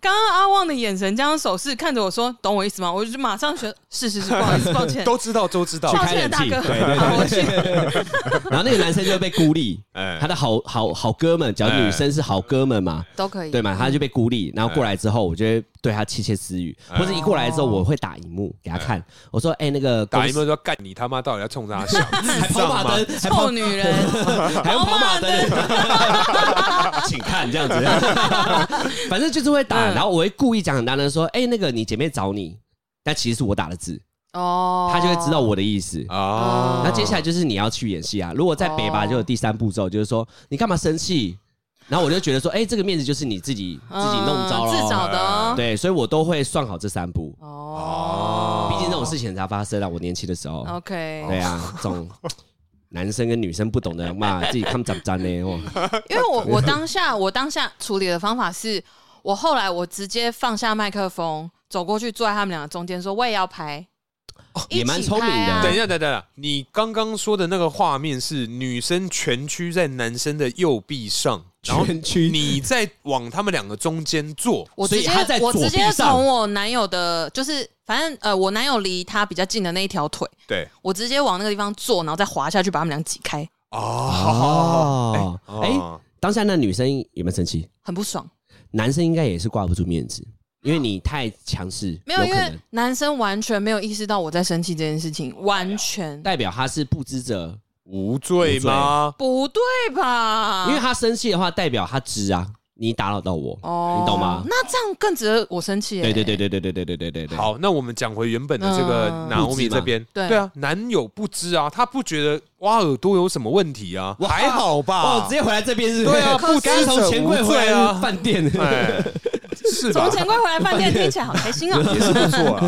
S2: 刚刚阿旺的眼神加上手势看着我说，懂我意思吗？我就马上
S3: [LAUGHS]
S2: 学，是是是，不好意思，抱歉，
S1: 都知道，都知道
S3: 去，
S2: 抱
S3: 开
S2: 歉，
S3: 冷
S2: 大
S3: 气
S2: 哥，
S3: 对对对
S2: 好，我 [LAUGHS] 去。
S3: [LAUGHS] 然后那个男生就会被孤立，
S1: 哎
S3: 他的好好好哥们，假如女生是好哥们嘛，
S2: 都可以，
S3: 对嘛，他就被孤立。然后过来之后，我就会对他窃窃私语，或者一过来之后，我会打荧幕给他看，我说：“哎哎，那个
S1: 打
S3: 公
S1: 一
S3: 司
S1: 幕说干你他妈到底要冲啥笑？
S3: 还 [LAUGHS] 跑马灯，还跑 [LAUGHS]
S2: 臭女人，
S3: 还用跑马灯， [LAUGHS] 请看这样子，反正就是会打，
S2: 嗯
S3: 然后我会故意讲很大声说，哎、那个你姐妹找你，但其实是我打的字，
S2: 哦，
S3: 她就会知道我的意思。
S1: 啊
S3: 那接下来就是你要去演戏啊，如果在北吧
S2: 哦
S3: 就有第三步骤，就是说你干嘛生气，然后我就觉得说，哎、这个面子就是你自己自己弄糟
S2: 嗯
S3: 了
S2: 自
S3: 哦，
S2: 找的哦，
S3: 对，所以我都会算好这三步，
S2: 哦，
S3: 毕竟这种事情很常发生啊，我年轻的时候，
S2: OK，
S3: 对啊，这种男生跟女生不懂的嘛，
S2: [LAUGHS]
S3: 自己看不长长呢，哦。
S2: 因为我
S3: [LAUGHS]
S2: 我当下我当下处理的方法是，我后来我直接放下麦克风，走过去坐在他们两个中间，说我也要拍，一起
S3: 哦也蛮聪明的
S2: 拍啊
S1: 等一下，等一下等一下，你刚刚说的那个画面是女生蜷曲在男生的右臂上，然后
S3: 全区
S1: 你在往他们两个中间坐，
S2: 我直接
S3: 所以他在
S2: 我
S3: 左
S2: 直
S3: 臂
S2: 接
S3: 上
S2: 从我男友的，就是反正呃，我男友离他比较近的那一条腿，
S1: 对，
S2: 我直接往那个地方坐，然后再滑下去把他们俩挤开，
S1: 哦，
S3: 哦，啊哎、
S1: 哦
S3: 当下那女生有没有生气？
S2: 很不爽。
S3: 男生应该也是挂不住面子，因为你太强势，
S2: 没有，因
S3: 可
S2: 为
S3: 能
S2: 男生完全没有意识到我在生气这件事情，完全
S3: 代表他是不知者，
S1: 无罪吗？
S2: 不对吧？
S3: 因为他生气的话，代表他知啊，你打扰到我，你懂吗？
S2: 哦那这样更值得我生气、欸。
S3: 对对对对对对对对对对对，，
S1: 好，那啊我们讲回原本的这个
S2: 嗯
S1: 拿欧米这边，
S2: 对
S1: 啊，男友不知啊，他不觉得挖耳朵有什么问题啊，
S3: 哇
S1: 还好
S3: 哦，
S1: 吧
S3: 直？接回来这边是
S1: 对
S3: [LAUGHS]
S1: 啊不
S3: 刚
S1: 知者
S3: 从钱柜
S1: 无
S3: 回
S1: 罪
S3: 来
S1: 啊
S3: [LAUGHS] 饭店，
S1: 哎，是吧
S2: [LAUGHS] 从？钱柜回来饭店听起来好开心哦、
S1: 也是不错啊，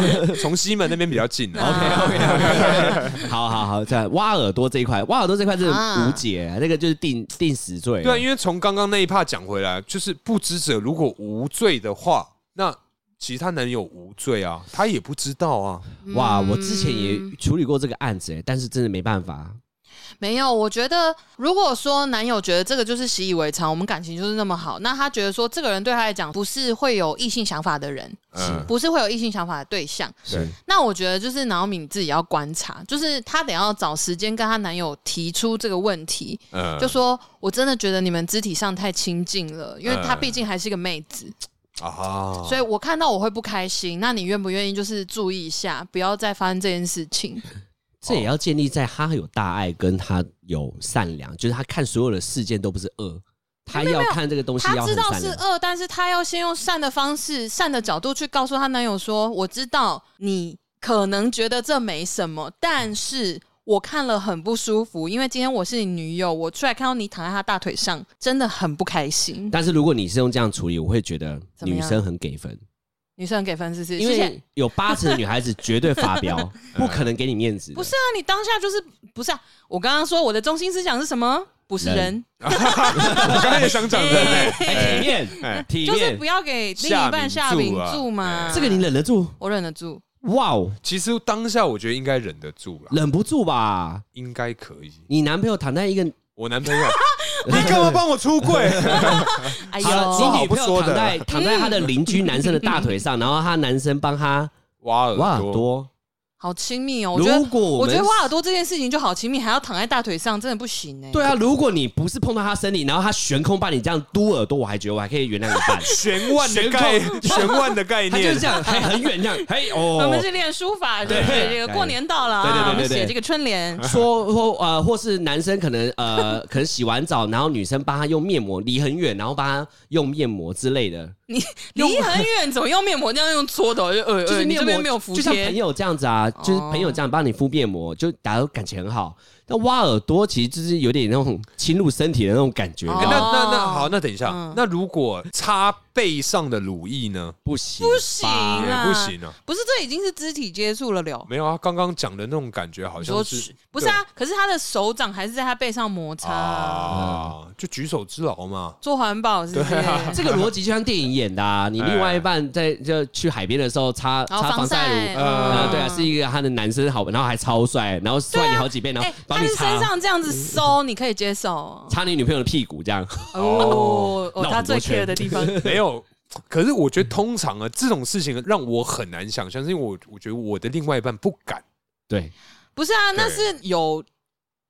S1: 从西门那边比较近
S2: 嗯
S1: 啊。 [LAUGHS]
S3: [LAUGHS] 好好好，这样挖耳朵这一块，挖耳朵这块真
S2: 啊
S3: 的无解，啊那个就是定定死罪，
S1: 对啊，因为从刚刚那一趴讲回来，就是不知者如果无罪的话，那其实她男友无罪啊，她也不知道啊。
S3: 哇，我之前
S2: 嗯
S3: 也处理过这个案子，哎，但是真的没办法，
S2: [LAUGHS] 没有，我觉得如果说男友觉得这个就是习以为常，我们感情就是那么好，那他觉得说这个人对他来讲不是会有异性想法的人，
S1: 嗯，
S2: 不是会有异性想法的对象，
S1: 是
S2: 那我觉得就是然后你自己要观察，就是她得要找时间跟她男友提出这个问题，
S1: 嗯
S2: 就说我真的觉得你们肢体上太亲近了，因为她
S1: 嗯
S2: 毕竟还是一个妹子，
S1: 啊，
S2: 所以我看到我会不开心，那你愿不愿意就是注意一下，不要再发生这件事情？
S3: 这也要建立在他有大爱跟他有善良，就是他看所有的事件都不是恶，他要看这个东西
S2: 她
S3: 要
S2: 知
S3: 很
S2: 道
S3: 善
S2: 是
S3: 良。
S2: 恶，但是她要先用善的方式、善的角度去告诉她男友说：“我知道你可能觉得这没什么，但是我看了很不舒服，因为今天我是你女友，我出来看到你躺在她大腿上，真的很不开心。
S3: 但是如果你是用这样处理，我会觉得
S2: 怎么
S3: 女
S2: 样
S3: 生很给分，”
S2: 女生很给分是不是？
S3: 因
S2: 谢谢
S3: 为有八成的女孩子绝对发飙，
S2: [LAUGHS]
S3: 不可能给你面子的。
S2: 不是啊，你当下就是不是啊？我刚刚说我的中心思想是什么？不是
S3: 人
S2: 人，
S1: 我刚才也想讲
S2: [LAUGHS]
S1: 的呢。
S3: 哎，体
S1: 哎
S3: 面，体
S2: 就是
S3: 面
S2: 不，要给另一半
S1: 下
S2: 下
S1: 秉
S2: 秉
S1: 柱啊
S2: 住嘛。
S3: 这个你忍得住？
S2: 我忍得住，
S3: 哇哦，
S1: 其实当下我觉得应该忍得住了，
S3: 忍不住吧？
S1: 应该可以。
S3: 你男朋友躺在一个
S1: 我男朋友， [LAUGHS] 你干嘛帮我出柜？
S2: 哎
S3: 好了，
S1: 说
S3: 你
S1: 好
S3: 女
S1: 不
S3: 朋友
S1: 说
S3: 躺
S1: 的
S3: 在躺在他的邻居男生的大
S2: [LAUGHS]
S3: 腿上，然后他男生帮他
S1: [LAUGHS] 挖耳朵，
S3: 挖耳朵。
S2: 好亲密哦！我觉
S3: 如
S2: 得，
S3: 果我
S2: 我
S3: 们
S2: 觉得挖耳朵这件事情就好亲密，还要躺在大腿上，真的不行哎、
S3: 对啊，如果你不是碰到他身体，然后他悬空把你这样嘟耳朵，我还觉得我还可以原谅一
S1: [LAUGHS]
S3: 半。
S1: 悬腕的概 [LAUGHS] 悬腕的概
S3: 他就
S1: 念
S3: 是这，样，还很远这样，嘿
S2: 我们
S3: 哦。
S2: 是练书法，就
S3: 对
S2: 是这个过年到了
S3: 对对对
S2: 啊，
S3: 对
S2: 我们
S3: 对
S2: 写这个春
S3: [LAUGHS]
S2: 联。
S3: 说或呃，或是男生可能呃，可能洗完澡，然后女生帮他用面膜，离很远，然后帮他用面膜之类的，
S2: 离很远，怎么用面膜这样用搓的？就呃，
S3: 就是
S2: 呃你
S3: 面
S2: 这
S3: 膜
S2: 边没有服
S3: 就像朋
S2: 帖，
S3: 友这样子啊，就是朋友这样帮你敷面膜，就大家都感情很好。但挖耳朵其实就是有点那种侵入身体的那种感觉，
S2: 哦
S1: 哎那那那好，
S2: 哦
S1: 那等一下，
S2: 嗯
S1: 那如果擦背上的乳液呢？
S3: 不行
S2: 不
S3: 吧
S2: 行
S1: 也
S2: 啊，
S1: 不行啊，
S2: 不是，这已经是肢体接触了了。
S1: 没有啊，刚刚讲的那种感觉好
S2: 你
S1: 像
S2: 说
S1: 是
S2: 不是啊？可是他的手掌还是在他背上摩擦啊，
S1: 啊，就举手之劳嘛。
S2: 做环保是不是？
S3: 这个逻辑就像电影演的啊，你另外一半在就去海边的时候擦
S2: 然
S3: 擦
S2: 后
S3: 防晒
S2: 哎哦晒，
S3: 乳，
S1: 呃
S3: 啊
S2: 嗯，
S3: 对啊，是一个他的男生好，然后还超帅，然后帅你好几倍，然后
S2: 哎，
S3: 帮
S2: 他
S3: 你
S2: 是身
S3: 擦
S2: 上这样子搜，你可以接受哦
S3: 擦你女朋友的屁股这样，
S1: 哦
S2: 哦
S3: 那我
S2: 哦
S3: 们，
S2: 他最
S3: 多圈
S2: care 的地
S3: [LAUGHS]
S2: 方。
S1: 没有，可是我觉得通常啊，这种事情让我很难想象，是因为我我觉得我的另外一半不敢
S3: 对，
S2: 不是啊，那
S1: 对
S2: 是有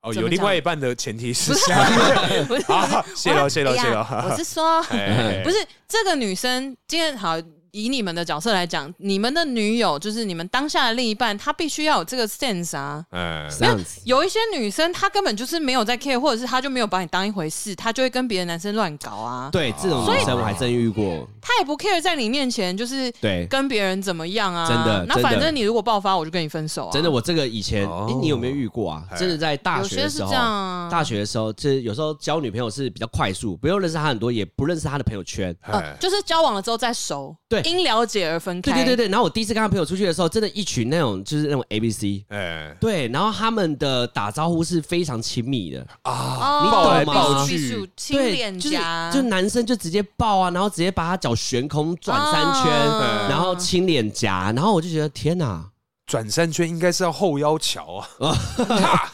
S1: 哦，
S2: 怎
S1: 有
S2: 么
S1: 另
S2: 讲
S1: 外一半的前提是下，
S2: [LAUGHS] 不是
S1: 好
S3: 啊
S2: 不是
S1: 谢了
S2: 我
S1: 谢了
S2: 哎呀
S1: 谢了
S2: 我是说，
S1: 哎
S2: 不是这个女生今天好。以你们的角色来讲，你们的女友就是你们当下的另一半，她必须要有这个 sense 啊。
S1: 哎
S3: 这样子。
S2: 有一些女生她根本就是没有在 care，或者是她就没有把你当一回事，她就会跟别的男生乱搞啊。
S3: 对这种女生我还真遇过，
S2: 她也不 care 在你面前就是
S3: 对，
S2: 跟别人怎么样啊。
S3: 真的
S2: 那
S3: 真的
S2: 反正你如果爆发，我就跟你分手啊。
S3: 真的，我这个以前，
S1: 哦
S3: 诶你有没有遇过啊？
S1: 哎
S3: 真的在大
S2: 有
S3: 学的
S2: 些是
S3: 时
S2: 这
S3: 候，
S2: 样啊。
S3: 大学的时候，就是有时候交女朋友是比较快速，不用认识她很多，也不认识她的朋友圈。
S2: 呃，
S1: 哎，
S2: 就是交往了之后再熟，
S3: 对
S2: 因了解而分开。啊
S3: 对对对对，然后我第一次跟她朋友出去的时候，真的一群那种就是那种 A B C，
S1: 哎
S3: 对，然后他们的打招呼是非常亲密的，
S1: 啊，
S2: 哦，
S1: 抱来
S2: 必
S1: 抱
S2: 须必
S1: 去
S2: 须，亲
S3: 对，
S2: 脸
S3: 就是
S2: 颊，
S3: 就男生就直接抱啊，然后直接把他脚悬空转三圈，
S2: 啊
S3: 然后亲脸颊，然后我就觉得
S2: [LAUGHS]
S3: 天哪，
S1: 转三圈应该是要后腰桥啊，哈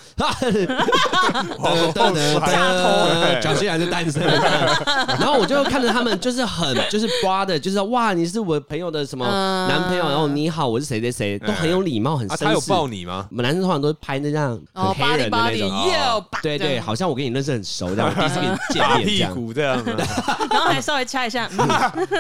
S1: [LAUGHS] 往后甩哎
S3: 呃蒋欣然就诞生了。 [LAUGHS] 然后我就看着他们，就是很就是刮的，就是哇，你是我朋友的什么
S2: 嗯
S3: 男朋友，然后你好，我是谁谁谁，都很有礼貌，很绅
S1: 啊，
S3: 士。
S1: 他有抱你吗？
S3: 我们男生通常都会拍那这样很
S2: 哦，
S3: 黑
S2: 巴黎
S3: 人的
S2: 巴
S3: 那
S2: 黎，
S3: 种。
S1: 哦
S2: 又
S3: 对对，，好像我跟你认识很熟
S2: [LAUGHS]
S3: 这样，我第一次跟你见
S1: 打
S3: 面这
S1: 屁
S3: 样，
S1: 股这样啊，
S2: 然后还稍微掐一下，嗯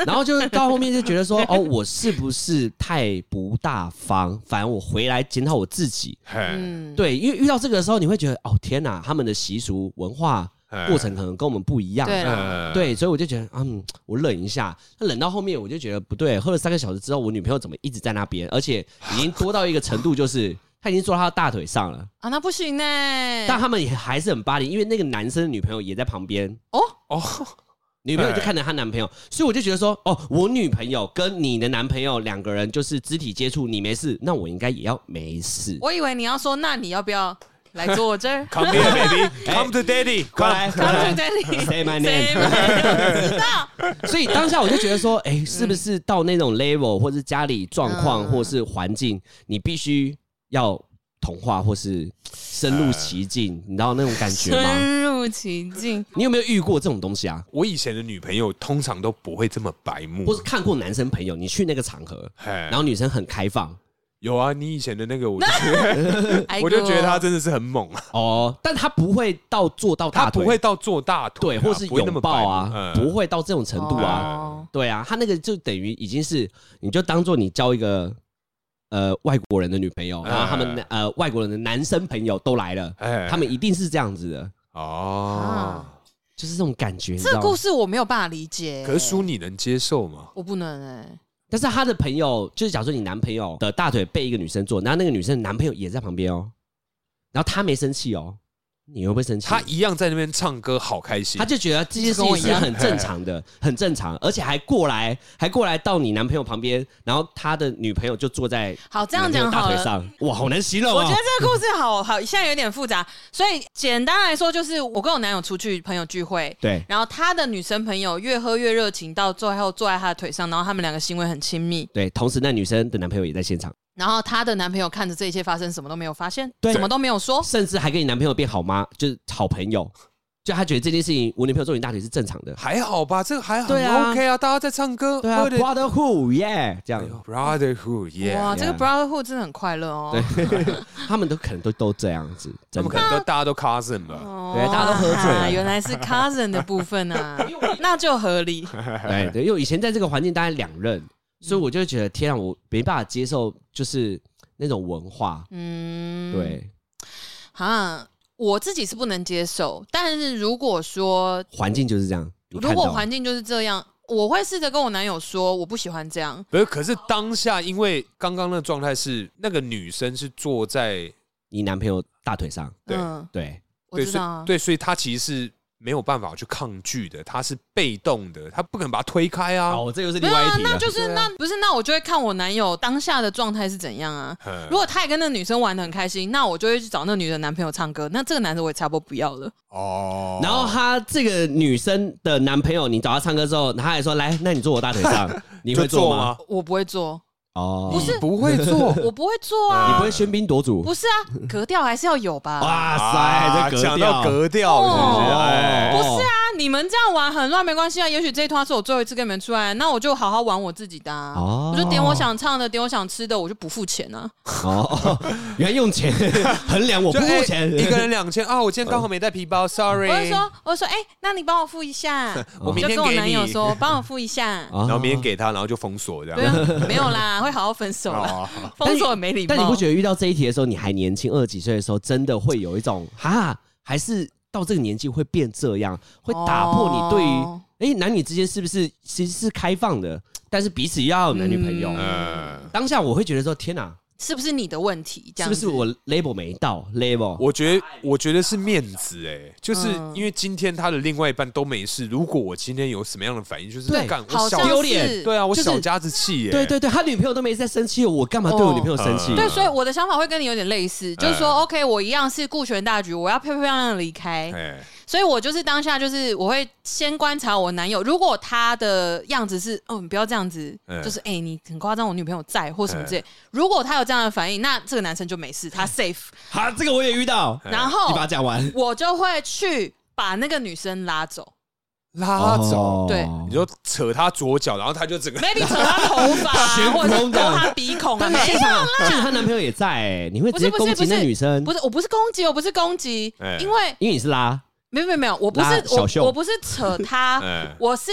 S3: [LAUGHS] 然后就是到后面就觉得说，哦， [LAUGHS] 我是不是太不大方？反正我回来检讨我自己。
S1: 嘿
S3: [LAUGHS]
S2: 嗯，
S3: 对，因为遇到这个的时候，你会觉得，哦，天哪，他们的习俗文化
S1: 哎
S3: 过程可能跟我们不一样。
S2: 对啦
S1: 哎
S3: 对，所以我就觉得，嗯，我忍一下。那忍到后面，我就觉得不对，喝了三个小时之后，我女朋友怎么一直在那边，而且已经多到一个程度，就是 [LAUGHS] 她已经坐到她的大腿上了。
S2: 啊，那不行呢，
S3: 但他们也还是很巴黎，因为那个男生的女朋友也在旁边，
S1: 哦，
S3: 女朋友就看着她男朋友，所以我就觉得说，哦，我女朋友跟你的男朋友两个人就是肢体接触，你没事，那我应该也要没事。
S2: 我以为你要说，那你要不要来坐我这
S3: [LAUGHS]
S2: 儿
S1: Come here, baby. Come to daddy.
S3: 过来，过
S2: ？Come
S3: 来
S2: to。daddy，
S3: Say my
S2: Say
S3: name。 [LAUGHS]
S2: my- 知道， [LAUGHS]
S3: 所以当下我就觉得说，哎、是不是到那种 level，或是家里状况，
S2: 嗯
S3: 或是环境，你必须要同化，或是深入其
S2: 嗯
S3: 境，你知道那种感觉吗？
S2: 深入
S1: [LAUGHS]
S2: 其境，
S3: 你有没有遇过这种东西啊？
S1: 我以前的女朋友通常都不会这么白目
S3: 或，是看过男生朋友，你去那个场合，
S1: 然
S3: 然后女生很开放
S1: 有啊，你以前的那个，我就
S3: [LAUGHS]
S2: 哎
S1: 我就觉得
S2: 呦
S1: 他真的是很猛啊，
S3: 哦，但他不会到做到
S1: 他
S3: 大
S1: 不
S3: 腿，
S1: 会到做大腿
S3: 对，
S1: 啊，
S3: 或是
S1: 不会那么
S3: 拥抱
S1: 白
S3: 啊，
S1: 目嗯
S3: 不，会到这种程度啊。
S2: 哦
S3: 对啊，他那个就等于已经是，你就当做你交一个呃外国人的女朋友，然后他们、
S1: 哎
S3: 呃外国人的男生朋友都来了，
S1: 哎
S3: 他们一定是这样子的，
S1: 哦，
S3: 就是这种感觉，你知
S2: 这
S3: 道
S2: 个故
S3: 吗？
S2: 事我没有办法理解，
S1: 可是叔你能接受吗？
S2: 我不能哎，
S3: 但是他的朋友，就是假如说你男朋友的大腿被一个女生坐，然后那个女生的男朋友也在旁边哦，然后他没生气哦，你会不会生气？
S1: 他一样在那边唱歌，好开心
S3: 他。就觉得这件事
S2: 跟
S3: 情
S2: 我一
S3: 是
S2: 样
S3: 很正常的，很正常，而且还过来，还过来到你男朋友旁边，然后他的女朋友就坐在
S2: 好这样
S3: 你男
S2: 讲
S3: 朋友
S2: 好
S3: 大腿
S2: 了。
S3: 上，哇，好难形容
S2: 我
S3: 啊
S2: 觉得！这个故事好好，现在有点复杂，所以简单来说就是，我跟我男友出去朋友聚会，
S3: 对，
S2: 然后他的女生朋友越喝越热情，到最后坐在他的腿上，然后他们两个行为很亲密，
S3: 对，同时那女生的男朋友也在现场，
S2: 然后她的男朋友看着这一哦切发生，什么都没有发现，什么都没有说，
S3: 甚至还跟你男朋友变好妈，就是好朋友。就他觉得这件事情，我女朋友坐你大腿是正常的。
S1: 还好吧，这个还很
S3: 对啊
S1: OK 啊，大家在唱歌，
S3: 对啊
S1: 喝点
S3: ，Brotherhood 耶，这
S1: 哎
S3: 样
S1: 呦 Brotherhood 耶、
S2: 哇，这个
S3: yeah
S2: brotherhood 真的很快乐
S3: 哎
S2: 哦。
S3: [LAUGHS] 他们都可能都都这样子，
S1: 他
S3: 真
S1: 们可
S3: 的。
S1: 能都大家都 cousin 吧，
S2: 哦
S3: 对大家都喝醉了
S2: 啊原来是 cousin 的部分
S3: [LAUGHS]
S2: 啊，那就合理。
S3: 对 [LAUGHS] 对，因为以前在这个环境大概两任，所以我就觉得天啊，我没办法接受，就是那种文化。
S2: 嗯，，
S3: 对，
S2: 啊，我自己是不能接受，但是如果说
S3: 环境就是这样。你
S2: 如
S3: 看
S2: 果
S3: 到
S2: 环境就是这样，我会试着跟我男友说我不喜欢这样。
S1: 不是？可是当下因为刚刚那个状态是那个女生是坐在
S3: 你男朋友大腿上，
S1: 对
S2: 嗯，
S3: 对，
S2: 我
S1: 对，
S2: 知
S1: 所
S2: 道啊
S1: 以。对，所以她其实是没有办法去抗拒的，她是被动的，她不可能把她推开啊。
S3: 哦，这又是
S2: 没
S3: 另
S2: 有
S3: 外一
S2: 啊，
S3: 题
S2: 那
S3: 了。
S2: 就是那不是那我就会看我男友当下的状态是怎样啊。
S1: 嗯
S2: 如果他也跟那个女生玩的很开心，那我就会去找那个女的男朋友唱歌。那这个男的我也差不多不要了。
S1: 哦
S3: 然后她这个女生的男朋友，你找她唱歌之后，她还说：“来，那你坐我大腿
S1: [LAUGHS]
S3: 上，你
S1: 你
S3: 会做
S1: 啊
S3: 吗？”？
S2: 我不会做，
S3: 哦，
S2: 不是
S1: 你不会
S2: [LAUGHS]
S1: 做，
S2: 我不会做啊，
S3: 你不会喧宾夺主？
S2: 不是啊，格调还是要有吧？
S3: 哇
S1: 啊
S3: 塞，这格
S1: 讲到
S3: 调，
S1: 格调是不是？
S2: 哦
S1: 哎，
S2: 不是啊，你们这样玩很乱没关系啊。也许这一趟是我最后一次跟你们出来，那我就好好玩我自己的、啊。
S3: 哦
S2: 我就点我想唱的，点我想吃的，我就不付钱啊。
S3: 哦， [LAUGHS] 原来用钱衡量我不
S1: 就
S3: 付
S1: 哎
S3: 钱，
S1: 一
S3: [LAUGHS]
S1: 个人两千啊！我今天刚好没带皮包，sorry。
S2: 我就说，我就说，哎、那你帮我付一下。
S1: 我明
S2: 就
S1: 天
S2: 跟我
S1: 给
S2: 男友
S1: 你，
S2: 说，啊帮我付一下。
S3: 然
S1: 然后明天。给他，然后就封锁这
S2: 没有
S1: 样。
S2: [LAUGHS] 没有
S1: [LAUGHS]
S2: 啦，会好好分手啦。 [LAUGHS]
S1: 哦
S2: 封锁很没礼貌。
S3: 但你不觉得遇到这一题的时候，你还年轻二十几岁的时候，真的会有一种哈，还是到这个年纪会变这样，会打破你对
S2: 哦
S3: 于哎、男女之间是不是其实是开放的，但是彼此要有男女朋友。
S2: 嗯
S1: 嗯，
S3: 当下我会觉得说天哪、
S2: 是不是你的问题？这
S3: 是
S2: 样
S3: 不
S2: 子
S3: 是我 label 没到 label？
S1: 我觉得我觉得是面子哎，就是
S2: 嗯
S1: 因为今天他的另外一半都没事，如果我今天有什么样的反应，就是
S3: 对
S1: 干我
S2: 好
S1: 小
S2: 像
S3: 丢脸
S2: 是
S1: 对啊，我
S3: 就是
S1: 小家子气耶。
S3: 对对对，他女朋友都没在生气，我干嘛对我女朋友生气？
S1: 哦
S2: 对，所以我的想法会跟你有点类
S1: 嗯
S2: 似，就是说，OK，我一样是顾全大局，我要漂漂亮亮地离开。
S1: 哎，
S2: 所以我就是当下就是我会先观察我男友，如果他的样子是哦，你不要这样子，
S1: 嗯
S2: 就是哎、你很夸张，我女朋友在或什么之类。如果他有这样的反应，那这个男生就没事，他 safe。
S3: 好，这个我也遇到，
S1: 嗯
S2: 然
S3: 你
S2: 后
S3: 把它讲完。
S2: 我就会去把那个女生拉走
S1: 拉啊
S3: 哦
S1: 走，
S2: 哦对
S1: 你就扯他左脚，然后他就
S2: [LAUGHS]
S1: 整个
S2: ，maybe 扯她头发、
S3: 悬
S2: 啊，
S3: 空
S2: 或者是
S3: 这
S2: 勾
S3: 样
S2: 她鼻孔啊，
S3: 但是
S2: 没
S3: 现
S2: 有
S3: 场，现场她男朋友也在、欸，你会直接
S2: 不是不
S3: 攻
S2: 是
S3: 击那
S2: 不是
S3: 女生，
S2: 不是，我不是攻击，我不是攻击，
S1: 哎，
S2: 因为
S3: 因为你是拉，
S2: 没有没有没有，我不
S3: 拉
S2: 是
S3: 小袖
S2: 我我不是扯
S1: [LAUGHS]
S2: 他
S1: 哎
S2: 我是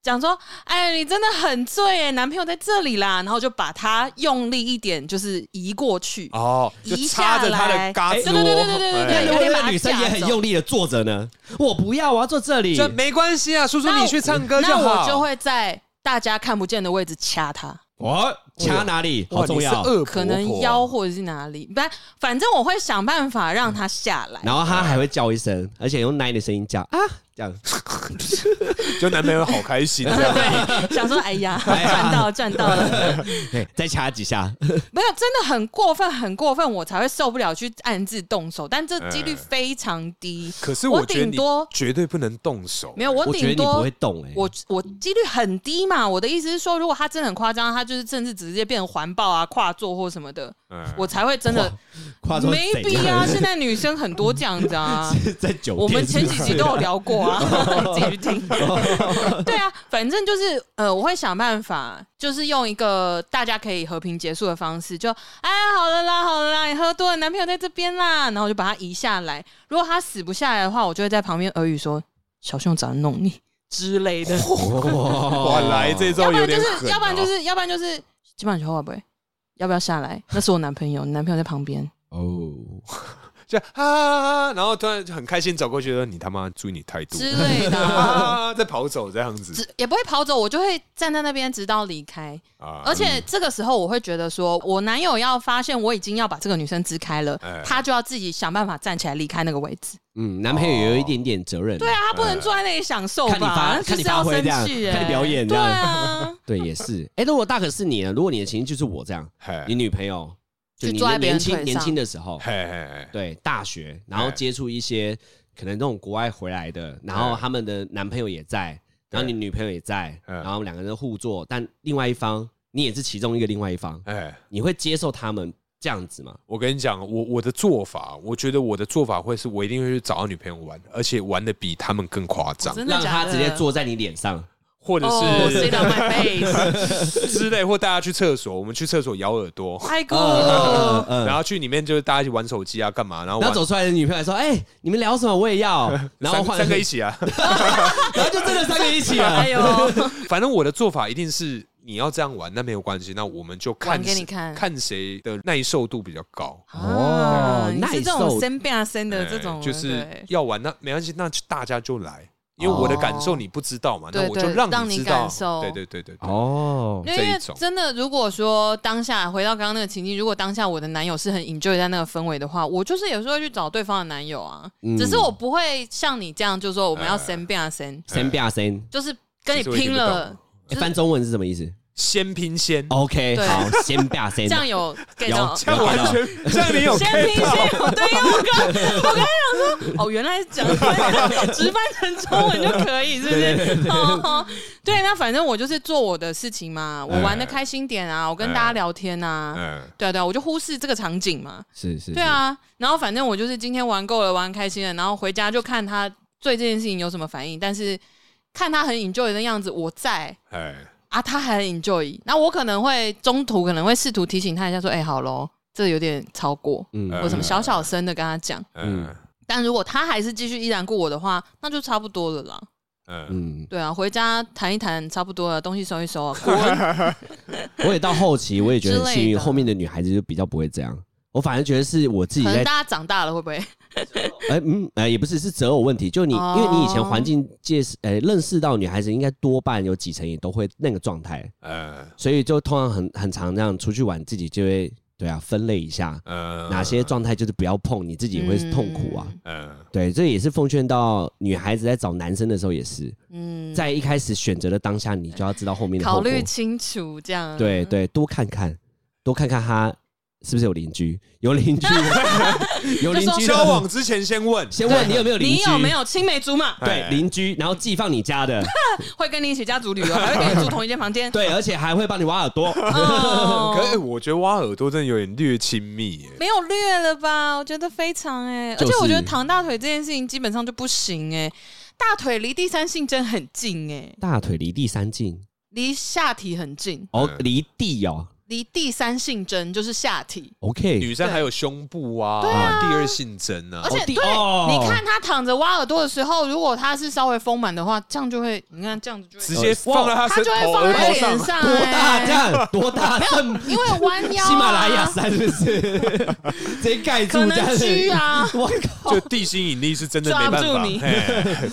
S2: 讲说，哎，你真的很醉哎，男朋友在这里啦，然后就把他用力一点，就是移过去。
S1: 哦，就
S2: 移下
S1: 插着他的
S2: 来
S1: 嘎子
S2: 对
S1: 窝，
S2: 对对对对对对
S1: 哎
S3: 那
S2: 对
S3: 如
S2: 有
S3: 果
S2: 点把
S3: 那
S2: 她
S3: 个女生也
S2: 架
S3: 很
S2: 走
S3: 用力的坐着呢，我不要，我要坐这里。
S1: 就没关系啊，叔叔
S2: 那
S1: 你去唱歌就
S2: 那
S1: 好。[LAUGHS]
S2: 我就会在大家看不见的位置掐他，
S3: 我掐哪里？
S1: 哇
S3: 好重要
S1: 你是。恶婆婆
S2: 可能腰或者是哪里，不然，反正我会想办法让他下来。
S3: 然后她还会叫一声，而且用奶的声音叫啊，
S2: [LAUGHS]
S3: 这样。
S1: 就男朋友好开心这样。
S2: 对，想说哎呀，
S3: 哎呀
S2: 赚到赚到了，
S3: 嘿再掐几下，
S2: 没有，真的很过分，很过分，我才会受不了去暗自动手，但这几率
S1: 嗯
S2: 非常低。
S1: 可是
S2: 我
S1: 我觉得
S2: 顶
S1: 你
S2: 多
S1: 绝对不能动手，
S2: 没有，我
S3: 嗯我觉得
S2: 顶
S3: 你不
S2: 多
S3: 会动哎。
S2: 我我几率很低嘛。我的意思是说，如果他真的很夸张，他就是甚至直接变成环抱啊、跨坐或什么的，
S1: 嗯
S2: 我才会真的
S3: 夸张
S2: 没必要。现在女生很多这样子
S3: [LAUGHS]
S2: 啊。
S3: 在酒店，
S2: 我们前几集都有聊过啊， [LAUGHS] 自己去听。 [LAUGHS] 对啊，反正就是呃，我会想办法，就是用一个大家可以和平结束的方式，就哎好了啦，好了啦，你喝多了，男朋友在这边啦，然后我就把他移下来。如果他死不下来的话，我就会在旁边耳语说：“小兄早就弄你 [LAUGHS] 之类的。”
S1: 哇
S3: [LAUGHS] 哇
S1: 来这
S2: 要
S1: 招
S2: 不
S1: 有
S2: 然
S1: 点
S2: 就
S1: 狠
S2: 是，
S1: 啊
S2: 要不然就是，要不然就是，基本上就会不会，要不要下来？那是我男朋友，你男朋友在旁边。
S3: 哦，
S1: 就啊，然后突然就很开心走过去说：“你他妈注意你态度。”
S2: 之类的
S1: [LAUGHS]
S2: [LAUGHS]
S1: 啊，再跑走这样子
S2: 只也不会跑走，我就会站在那边直到离开。
S1: 啊，
S2: 而
S3: 嗯
S2: 且这个时候，我会觉得说，我男友要发现我已经要把这个女生支开了
S1: 哎，
S2: 他就要自己想办法站起来离开那个位置。
S3: 嗯，男朋友也有一点点责任。
S2: 对啊，他不能坐在那里享受
S3: 哎看你发
S2: 吧？那就是要生
S3: 看你发挥
S2: 气
S3: 这
S2: 耶，
S3: 样看你表演这
S2: 对
S3: 样
S2: 啊，
S3: 对，
S2: [LAUGHS]
S3: 也是。哎，如果大可是你呢？如果你的情绪就是我这样，
S1: 嘿
S3: 你女朋友就
S2: 就
S3: 你
S2: 坐在别
S3: 年
S2: 人
S3: 轻
S2: 腿
S3: 年
S2: 上
S3: 轻的时候，
S1: 哎嘿嘿嘿，
S3: 对大学，然后
S1: 哎
S3: 接触一些可能那种国外回来的，然后
S1: 哎
S3: 他们的男朋友也在，然后你
S1: 对
S3: 女朋友也在，
S1: 嗯
S3: 然后两个人互作，但另外一方你也是其中一个另外一方，
S1: 哎，
S3: 你会接受他们这样子嘛？
S1: 我跟你讲，我我的做法，我觉得我的做法会是我一定会去找到女朋友玩，而且玩的比他们更夸张，
S2: 哦真的
S3: 让
S2: 假
S3: 他
S2: 的？
S3: 直接坐在你脸上，
S1: 或者
S2: 哦，sit
S1: 是
S2: on my
S3: [LAUGHS]
S2: face，
S1: 之类，或大家去厕所，我们去厕所咬耳朵，
S2: 太酷
S3: [LAUGHS] 嗯嗯
S2: 了。
S3: 嗯
S1: 然后去里面就是大家一起玩手机啊，干嘛？然后
S3: 然
S1: 玩
S3: 后走出来的女朋友说：“哎、你们聊什么？我也
S1: [LAUGHS]
S3: 要。”然后
S1: 三
S3: 换
S1: 三个一，起啊，
S3: [LAUGHS] 然后就真的三个一起
S1: [LAUGHS]
S3: 了
S2: 哎。呦，
S1: 反正我的做法一定是你要这样玩，那没有关系，那我们就看
S2: 玩给你
S1: 谁
S2: 看
S1: 看谁的耐受度比较高。
S2: [LAUGHS] 啊
S3: [LAUGHS] 哦
S2: 你是这
S3: 耐
S2: 种
S3: 受
S2: 生变生的这
S1: 哎
S2: 种人，
S1: 就是
S2: 对
S1: 要玩，那没关系，那就大家就来，因为我的感受你不知道嘛，那
S2: 哦对
S1: 我就
S2: 对让
S1: 你知
S2: 你
S1: 道
S2: 感。受
S1: 对对对对对，
S3: 哦
S2: 因
S1: 这
S2: 为
S1: 一
S2: 因为
S1: 种
S2: 真的，如果说当下回到刚刚那个情境，如果当下我的男友是很 enjoy 在那个氛围的话，我就是有时候会去找对方的男友啊，
S3: 嗯
S2: 只是我不会像你这样，就说我们要
S1: 哎
S2: 生变啊生，
S3: 三变三，
S2: 就是跟你
S1: 其实我也听
S2: 拼
S1: 不
S2: 了，
S3: 哎翻中文是什么意思
S1: 先拼先，
S3: ？OK，
S2: 对
S3: 好，先变三
S2: 这。
S1: [LAUGHS]
S2: 样有 get
S3: 有
S2: 到。
S1: 这样完全，这样你有
S2: 先
S1: get
S2: 拼
S1: 到
S2: 先 [LAUGHS] 有，对，因为我刚我刚才想说，哦，原来讲
S1: [LAUGHS]
S2: 直翻成中文就可以，是不是？哦，哦对，那反正我就是做我的事情嘛，
S1: 哎
S2: 我玩的开心点啊，我跟大家聊天啊，
S1: 嗯，
S2: 对啊，对啊，我就忽视这个场景嘛。
S3: 是是，
S2: 对啊，然后反正我就是今天玩够了，玩开心了，然后回家就看他对这件事情有什么反应。但是看他很 enjoy 的样子，我在
S1: 哎，
S2: 啊，他还很 enjoy，那我可能会中途可能会试图提醒他一下，说：“哎、好咯，这有点超过。”
S3: 是，嗯
S1: 呃
S2: 我什么小小声的跟他讲，
S1: 嗯
S2: 但如果他还是继续依然顾我的话，那就差不多了啦。
S1: 嗯，
S3: 嗯，
S2: 对啊，回家谈一谈，差不多了，东西收一收啊。
S3: [LAUGHS]
S2: 滚
S3: 我也到后期，我也觉得很幸
S2: 之类
S3: 运，
S2: 的
S3: 后面的女孩子就比较不会这样。我反而觉得是我自己
S2: 可能
S3: 在，
S2: 大家长大了，会不会？
S3: 哎嗯，哎也不是是择偶问题，就你，因
S2: 哦
S3: 为你以前环境介识，哎认识到女孩子，应该多半有几成也都会那个状态，
S1: 呃
S3: 所以就通常很很常这样出去玩，自己就会对啊分类一下
S1: 呃，
S3: 哪些状态就是不要碰，你自己也会痛苦啊。
S1: 嗯
S3: 对，这也是奉劝到女孩子在找男生的时候，也是
S2: 嗯，
S3: 在一开始选择的当下，你就要知道后面的后
S2: 考
S3: 果
S2: 虑清楚这样。
S3: 对对，多看看，多看看他是不是有邻居，有
S2: [LAUGHS]
S3: 邻居，有邻居的
S1: 交往之前先问，
S3: 先问你有没有邻
S2: 你
S3: 居，
S2: 有没？有青梅竹马？
S1: 哎
S3: 对邻居，然后寄放你家的，
S2: 会跟你一起家族
S3: [LAUGHS]
S2: 旅游，还会跟你住同一间房间。
S3: 对，而且还会帮你挖耳朵。
S2: 哦
S1: 可是哎我觉得挖耳朵真的有点略亲密耶，
S2: 没有略了吧？我觉得非常哎、
S3: 就是
S2: 而且我觉得躺大腿这件事情基本上就不行哎、大腿离第三性征很近哎、
S3: 大腿离地三近，
S2: 离下体很近，
S3: 哦，离地哦
S2: 离第三性征就是下体。
S3: ，OK，
S1: 女生还有胸部啊，第二性征啊
S2: 而，且
S3: 哦地
S2: 对，
S3: 哦
S2: 你看他躺着挖耳朵的时候，如果他是稍微丰满的话，这样就会，你看这样子就
S1: 直
S2: 会，
S1: 接放在她
S2: 他
S1: 身
S2: 就会
S1: 头
S2: 放
S1: 额
S2: 在
S1: 头上，
S2: 脸上、
S3: 多大
S2: 哎
S3: 这样，多大？这
S2: 因为弯腰、啊，
S3: [LAUGHS] 喜马拉雅山是不 [LAUGHS] 是？直接盖住
S2: 可
S3: 这样
S2: 能
S3: 子
S2: 虚啊，
S3: [LAUGHS] 我靠！
S1: 就地心引力是真的没办
S2: 抓
S1: 法
S2: 不住，你
S1: 嘿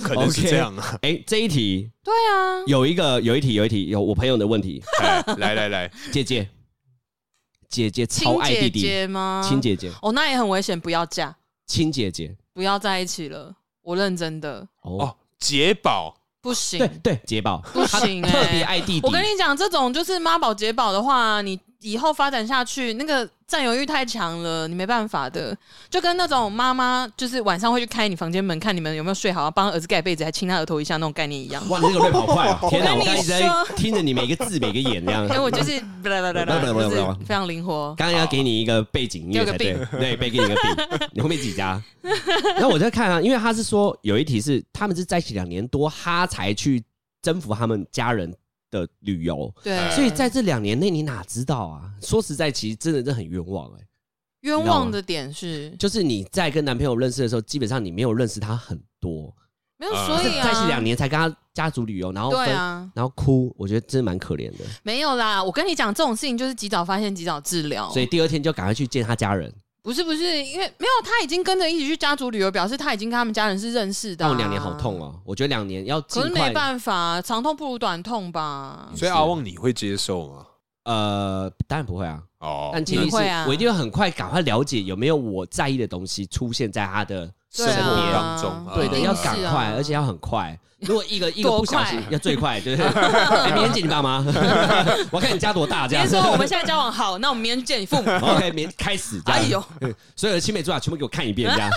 S1: 可能是这样
S2: [LAUGHS]
S1: 啊。
S3: 哎，这一题
S2: 对啊，
S3: 有一个，有一题，有一题，有我朋友的问题，
S1: 哎来来来，
S3: 姐姐，姐姐超
S2: 亲
S3: 爱弟
S2: 姐
S3: 弟，
S2: 姐吗？
S3: 亲姐姐，
S2: 哦，那也很危险，不要嫁，
S3: 亲姐姐。
S2: 不要在一起了。我认真的，
S3: 哦，
S1: 哦，解宝
S2: 不行
S3: 对，对，捷宝
S2: 不行哎、
S3: 特别爱弟弟。
S2: 我跟你讲，这种就是妈宝解宝的话，你以后发展下去，那个占有欲太强了，你没办法的。就跟那种妈妈，就是晚上会去开你房间门，看你们有没有睡好，然后帮儿子盖被子，还亲他额头一下那种概念
S3: [LAUGHS]
S2: 一样。
S3: 哇，你这个瑞跑快啊！天哪，
S2: 我跟
S3: 我
S2: 你
S3: 刚才一直在
S2: 说
S3: 听着你每个字每个眼这样
S2: 因。为哎我
S3: [LAUGHS]
S2: 就是不啦不啦不啦不啦就是非常灵活。
S3: 刚刚要给你一个背景音乐才对，
S2: 给
S3: 对，背给你一个饼， [LAUGHS] 你后面几家？然后我在看啊，因为他是说有一题是他们是在一起两年多，他才去征服他们家人的旅游，
S2: 对，
S3: [LAUGHS] 所以在这两年内你哪知道啊？说实在，其实真的是很冤枉哎、
S2: 冤枉的点是
S3: 就是你在跟男朋友认识的时候，基本上你没有认识他很多，
S2: 没有，
S1: 嗯
S2: 所以啊，
S3: 在一起两年才跟他家族旅游，然后
S2: 对
S3: 分
S2: 啊，
S3: 然后哭，我觉得真的蛮可怜的。
S2: 没有啦。我跟你讲，这种事情就是及早发现，及早治疗。
S3: 所以第二天就赶快去见他家人，
S2: 不是不是，因为没有他已经跟着一起去家族旅游，表示他已经跟他们家人是认识的、
S3: 但
S2: 啊。
S3: 我两年好痛哦，我觉得两年要尽
S2: 可是
S3: 快
S2: 没，办法，长痛不如短痛吧。
S1: 所以阿旺你会接受吗？
S3: 呃，当然不会啊，
S1: 哦，
S3: 但前提
S2: 你
S3: 是
S2: 会啊
S3: 我一定会很快赶快了解有没有我在意的东西出现在他的
S1: 生
S2: 对
S1: 活
S2: 啊
S1: 当中，
S3: 对
S2: 一
S3: 的，
S2: 定
S3: 要
S2: 是
S3: 赶
S2: 啊
S3: 快，而且要很
S2: [LAUGHS]
S3: 快。如果一个一个
S2: 多
S3: 不小心
S2: 快，
S3: 要最快，对不对？ [LAUGHS] 哎明天见你爸妈， [LAUGHS] 我看你家多大这
S2: 别
S3: 样。
S2: 说我们现在交往好，那我们明天去见你父母。
S3: [LAUGHS] OK，明天开始这样。
S2: 哎呦，
S3: 所有的青梅竹马全部给我看一遍
S2: [LAUGHS]
S3: 这样。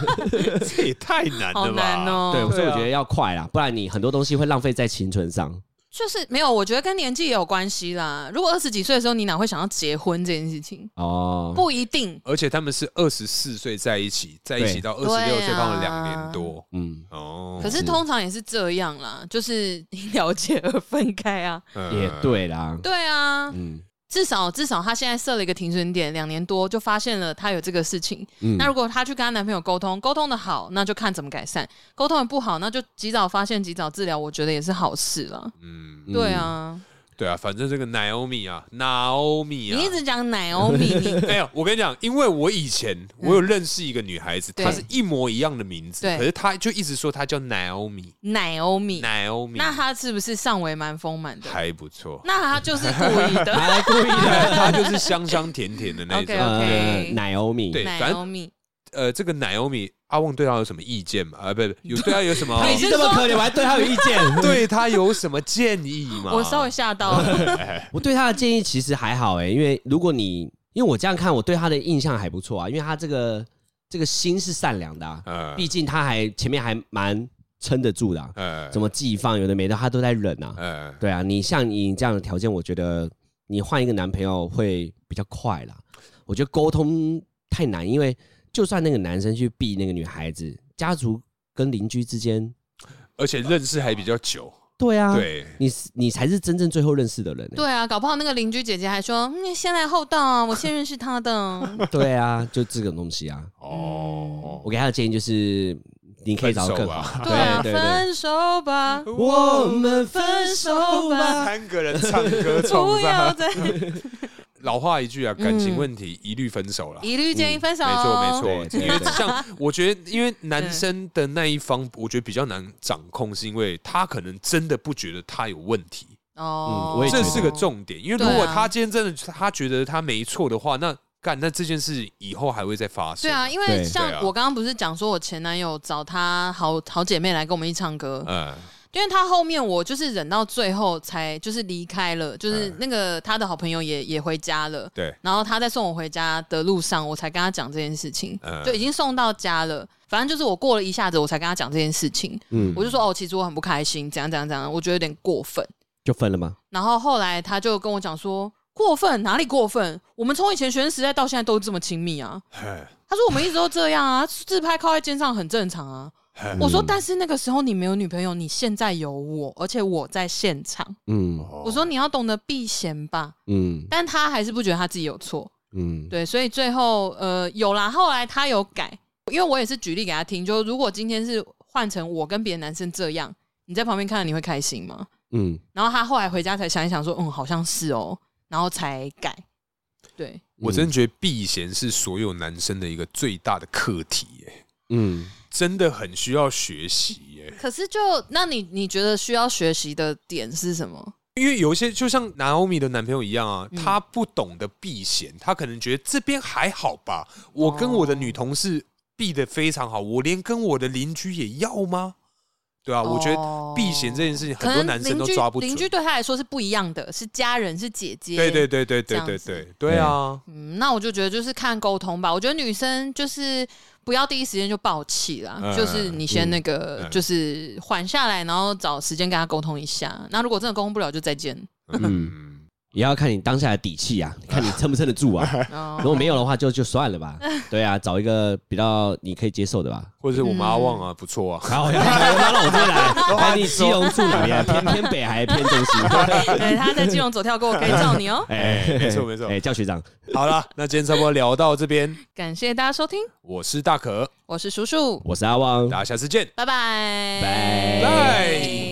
S1: 这也太难
S2: 好
S1: 了吧？
S2: 难哦、
S3: 对，所以我觉
S1: 对啊
S3: 得要快啦，不然你很多东西会浪费在青春上。
S2: 就是没有，我觉得跟年纪也有关系啦。如果二十几岁的时候，你哪会想要结婚这件事情？
S3: 哦，
S2: 不一定。
S1: 而且他们是二十四岁在一起，在一起
S3: 对
S1: 到二十六岁，
S2: 对啊
S1: 刚好两年多。
S3: 嗯，
S1: 哦，
S2: 可是通常也是这样啦，就是因了解而分开啊。
S1: 嗯
S3: 也，对啦，
S2: 对啊，
S3: 嗯
S2: 至少至少她现在设了一个停损点，两年多就发现了她有这个事情。
S3: 嗯
S2: 那如果她去跟她男朋友沟通，沟通的好，那就看怎么改善；沟通的不好，那就及早发现、及早治疗，我觉得也是好事了。
S1: 嗯，
S3: 嗯
S2: 对啊，
S1: 对啊，反正这个 Naomi 啊，Naomi 啊，
S2: 你一直讲奶欧米，你
S1: 没有，我跟你讲，因为我以前我有认识一个女孩子，
S2: 对
S1: 她是一模一样的名字，
S2: 嗯对
S1: 可是她就一直说她叫 Naomi，Naomi，
S3: [LAUGHS]
S2: 奶欧米，那她是不是上围蛮丰满的？
S1: 还不
S2: [LAUGHS]
S1: 错，
S2: 那她就是故意
S3: [LAUGHS]
S2: 的。[LAUGHS]
S3: 还故意的。
S1: 她就是香香甜甜的那
S2: OK，OK
S1: 种。
S3: 呃，奶欧米，
S1: 对
S2: 奶
S1: 反正
S2: 欧米，
S1: 呃，这个 Naomi，阿旺对她有什么意见吗？啊，不不，有对她有什么？
S3: 他已
S2: 你
S3: 经
S2: 是
S3: 这么
S2: 说
S3: 可怜，我还对他有意见。
S1: [LAUGHS] 对她有什么建议吗？
S2: 我稍微吓到
S3: 啊
S2: 了。
S3: [LAUGHS] 我对他的建议其实还好哎、因为如果你因为我这样看，我对他的印象还不错啊，因为他这个这个心是善良的、啊，
S1: 呃
S3: 毕竟他还前面还蛮撑得住的啊、
S1: 呃
S3: 怎
S1: 么
S3: 么寄放有的没的，他都在忍啊。
S1: 呃
S3: 对啊，你像你这样的条件，我觉得你换一个男朋友会比较快啦。我觉得沟通太难，因为就算那个男生去避那个女孩子，家族跟邻居之间，
S1: 而且认识还比较久，
S3: 对啊，
S1: 对，
S3: 你是你才是真正最后认识的人
S2: [LAUGHS]
S3: 欸、
S2: 对啊，搞不好那个邻居姐姐还说：“嗯，先来后到，我先认识她
S3: [LAUGHS]
S2: 的。
S3: 对啊，就这种东西啊。
S1: 哦
S3: 我，给他的建议就是，你可以找到更好。
S1: 分”
S2: 对啊，
S3: 对对对
S2: 分手
S3: [LAUGHS]
S2: 吧。
S3: 我们分手吧。
S1: 哦三个人唱歌
S2: 不
S1: 冲
S2: 要
S1: 上，
S2: 再
S1: 老话一句啊，感情
S2: 嗯
S1: 问题一律分手了。
S2: 一律建议分手。
S1: 没错，没
S3: 对
S1: 错，
S3: 对
S1: 因为
S3: 对
S1: 像我觉得，因为男生的那一方，我觉得比较难掌控，是因为他可能真的不觉得他有问题，
S2: 哦
S3: 嗯，我也觉
S1: 这
S3: 得
S1: 是个重点。因为如
S2: 对
S1: 果
S2: 啊
S1: 他今天真的他觉得他没错的话，那干那这件事以后还会再发生。
S2: 对啊，，因为
S3: 对
S2: 像
S1: 对啊
S2: 我刚刚不是讲说，我前男友找他好好姐妹来跟我们一起唱歌，
S1: 嗯，
S2: 因为他后面我就是忍到最后才就是离开了，就是
S1: 嗯
S2: 那个他的好朋友也也回家了，
S1: 对，
S2: 然后他在送我回家的路上，我才跟他讲这件事情，
S1: 嗯
S2: 就已经送到家了。反正就是我过了一下子，我才跟他讲这件事情，
S3: 嗯，
S2: 我就说哦，其实我很不开心，怎样怎样怎样，我觉得有点过分。
S3: 就分了吗？
S2: 然后后来他就跟我讲说，过分哪里过分？我们从以前学生时代到现在都这么亲密啊。
S1: 嘿
S2: 他说我们一直都这样啊，自拍靠在肩上很正常啊。
S1: 嘿
S2: 我说，但是那个时候你没有女朋友，你现在有我，而且我在现场。
S3: 嗯
S2: 我说你要懂得避嫌吧，
S3: 嗯
S2: 但他还是不觉得他自己有错。
S3: 嗯，
S2: 对，所以最后呃有啦，后来他有改，因为我也是举例给他听，就如果今天是换成我跟别的男生这样，你在旁边看你会开心吗？
S3: 嗯，
S2: 然后他后来回家才想一想说，嗯，好像是哦，然后才改。对，
S1: 我真的觉得避嫌是所有男生的一个最大的课题、耶
S3: 嗯，
S1: 真的很需要学习耶。
S2: 可是就那你你觉得需要学习的点是什么？
S1: 因为有一些就像 Naomi 的男朋友一样啊，
S2: 嗯
S1: 他不懂得避嫌，他可能觉得这边还好吧，我跟我的女同事避得非常好，我连跟我的邻居也要吗？对啊，我觉得
S2: 得
S1: 避嫌这件事情
S2: 哦可
S1: 很多
S2: 能
S1: 男生
S2: 邻
S1: 都
S2: 居
S1: 抓不
S2: 邻
S1: 准。
S2: 居对他来说是不一样的，是家人，是姐姐。
S1: 对对对对
S2: 这
S1: 对
S2: 样
S1: 对
S2: 子
S1: 对对啊！
S2: 嗯，那我就觉得就是看沟通吧。我觉得女生就是不要第一时间就爆气啦，
S1: 嗯
S2: 就是你先那个、
S1: 嗯
S2: 就是缓下来，然后找时间跟他沟通一下。那如果真的沟通不了，就再见。
S1: [LAUGHS] 嗯，
S3: 也要看你当下的底气啊，看你撑不撑得住啊。
S1: [LAUGHS]
S3: 如果
S2: 哦，
S3: 没有的话，就就算了吧。对啊，找一个比较你可以接受的
S1: [LAUGHS]
S3: 吧。
S1: 或者是我们阿
S2: 嗯
S1: 旺啊，不错啊，
S3: 好，拉到我这边来，哎，你基隆住哪里啊？偏偏北还偏中西？。
S1: [LAUGHS]
S2: 对，他在基隆走跳过，可以叫你哦
S3: 哎，
S1: 没错没错
S3: 哎，叫学长，
S1: 好了，那今天差不多聊到这边，
S2: 感谢大家收听，
S1: 我是大可，
S2: 我是叔叔，
S3: 我是阿旺，
S1: 大家下次见。
S2: 拜拜，
S3: 拜
S1: 拜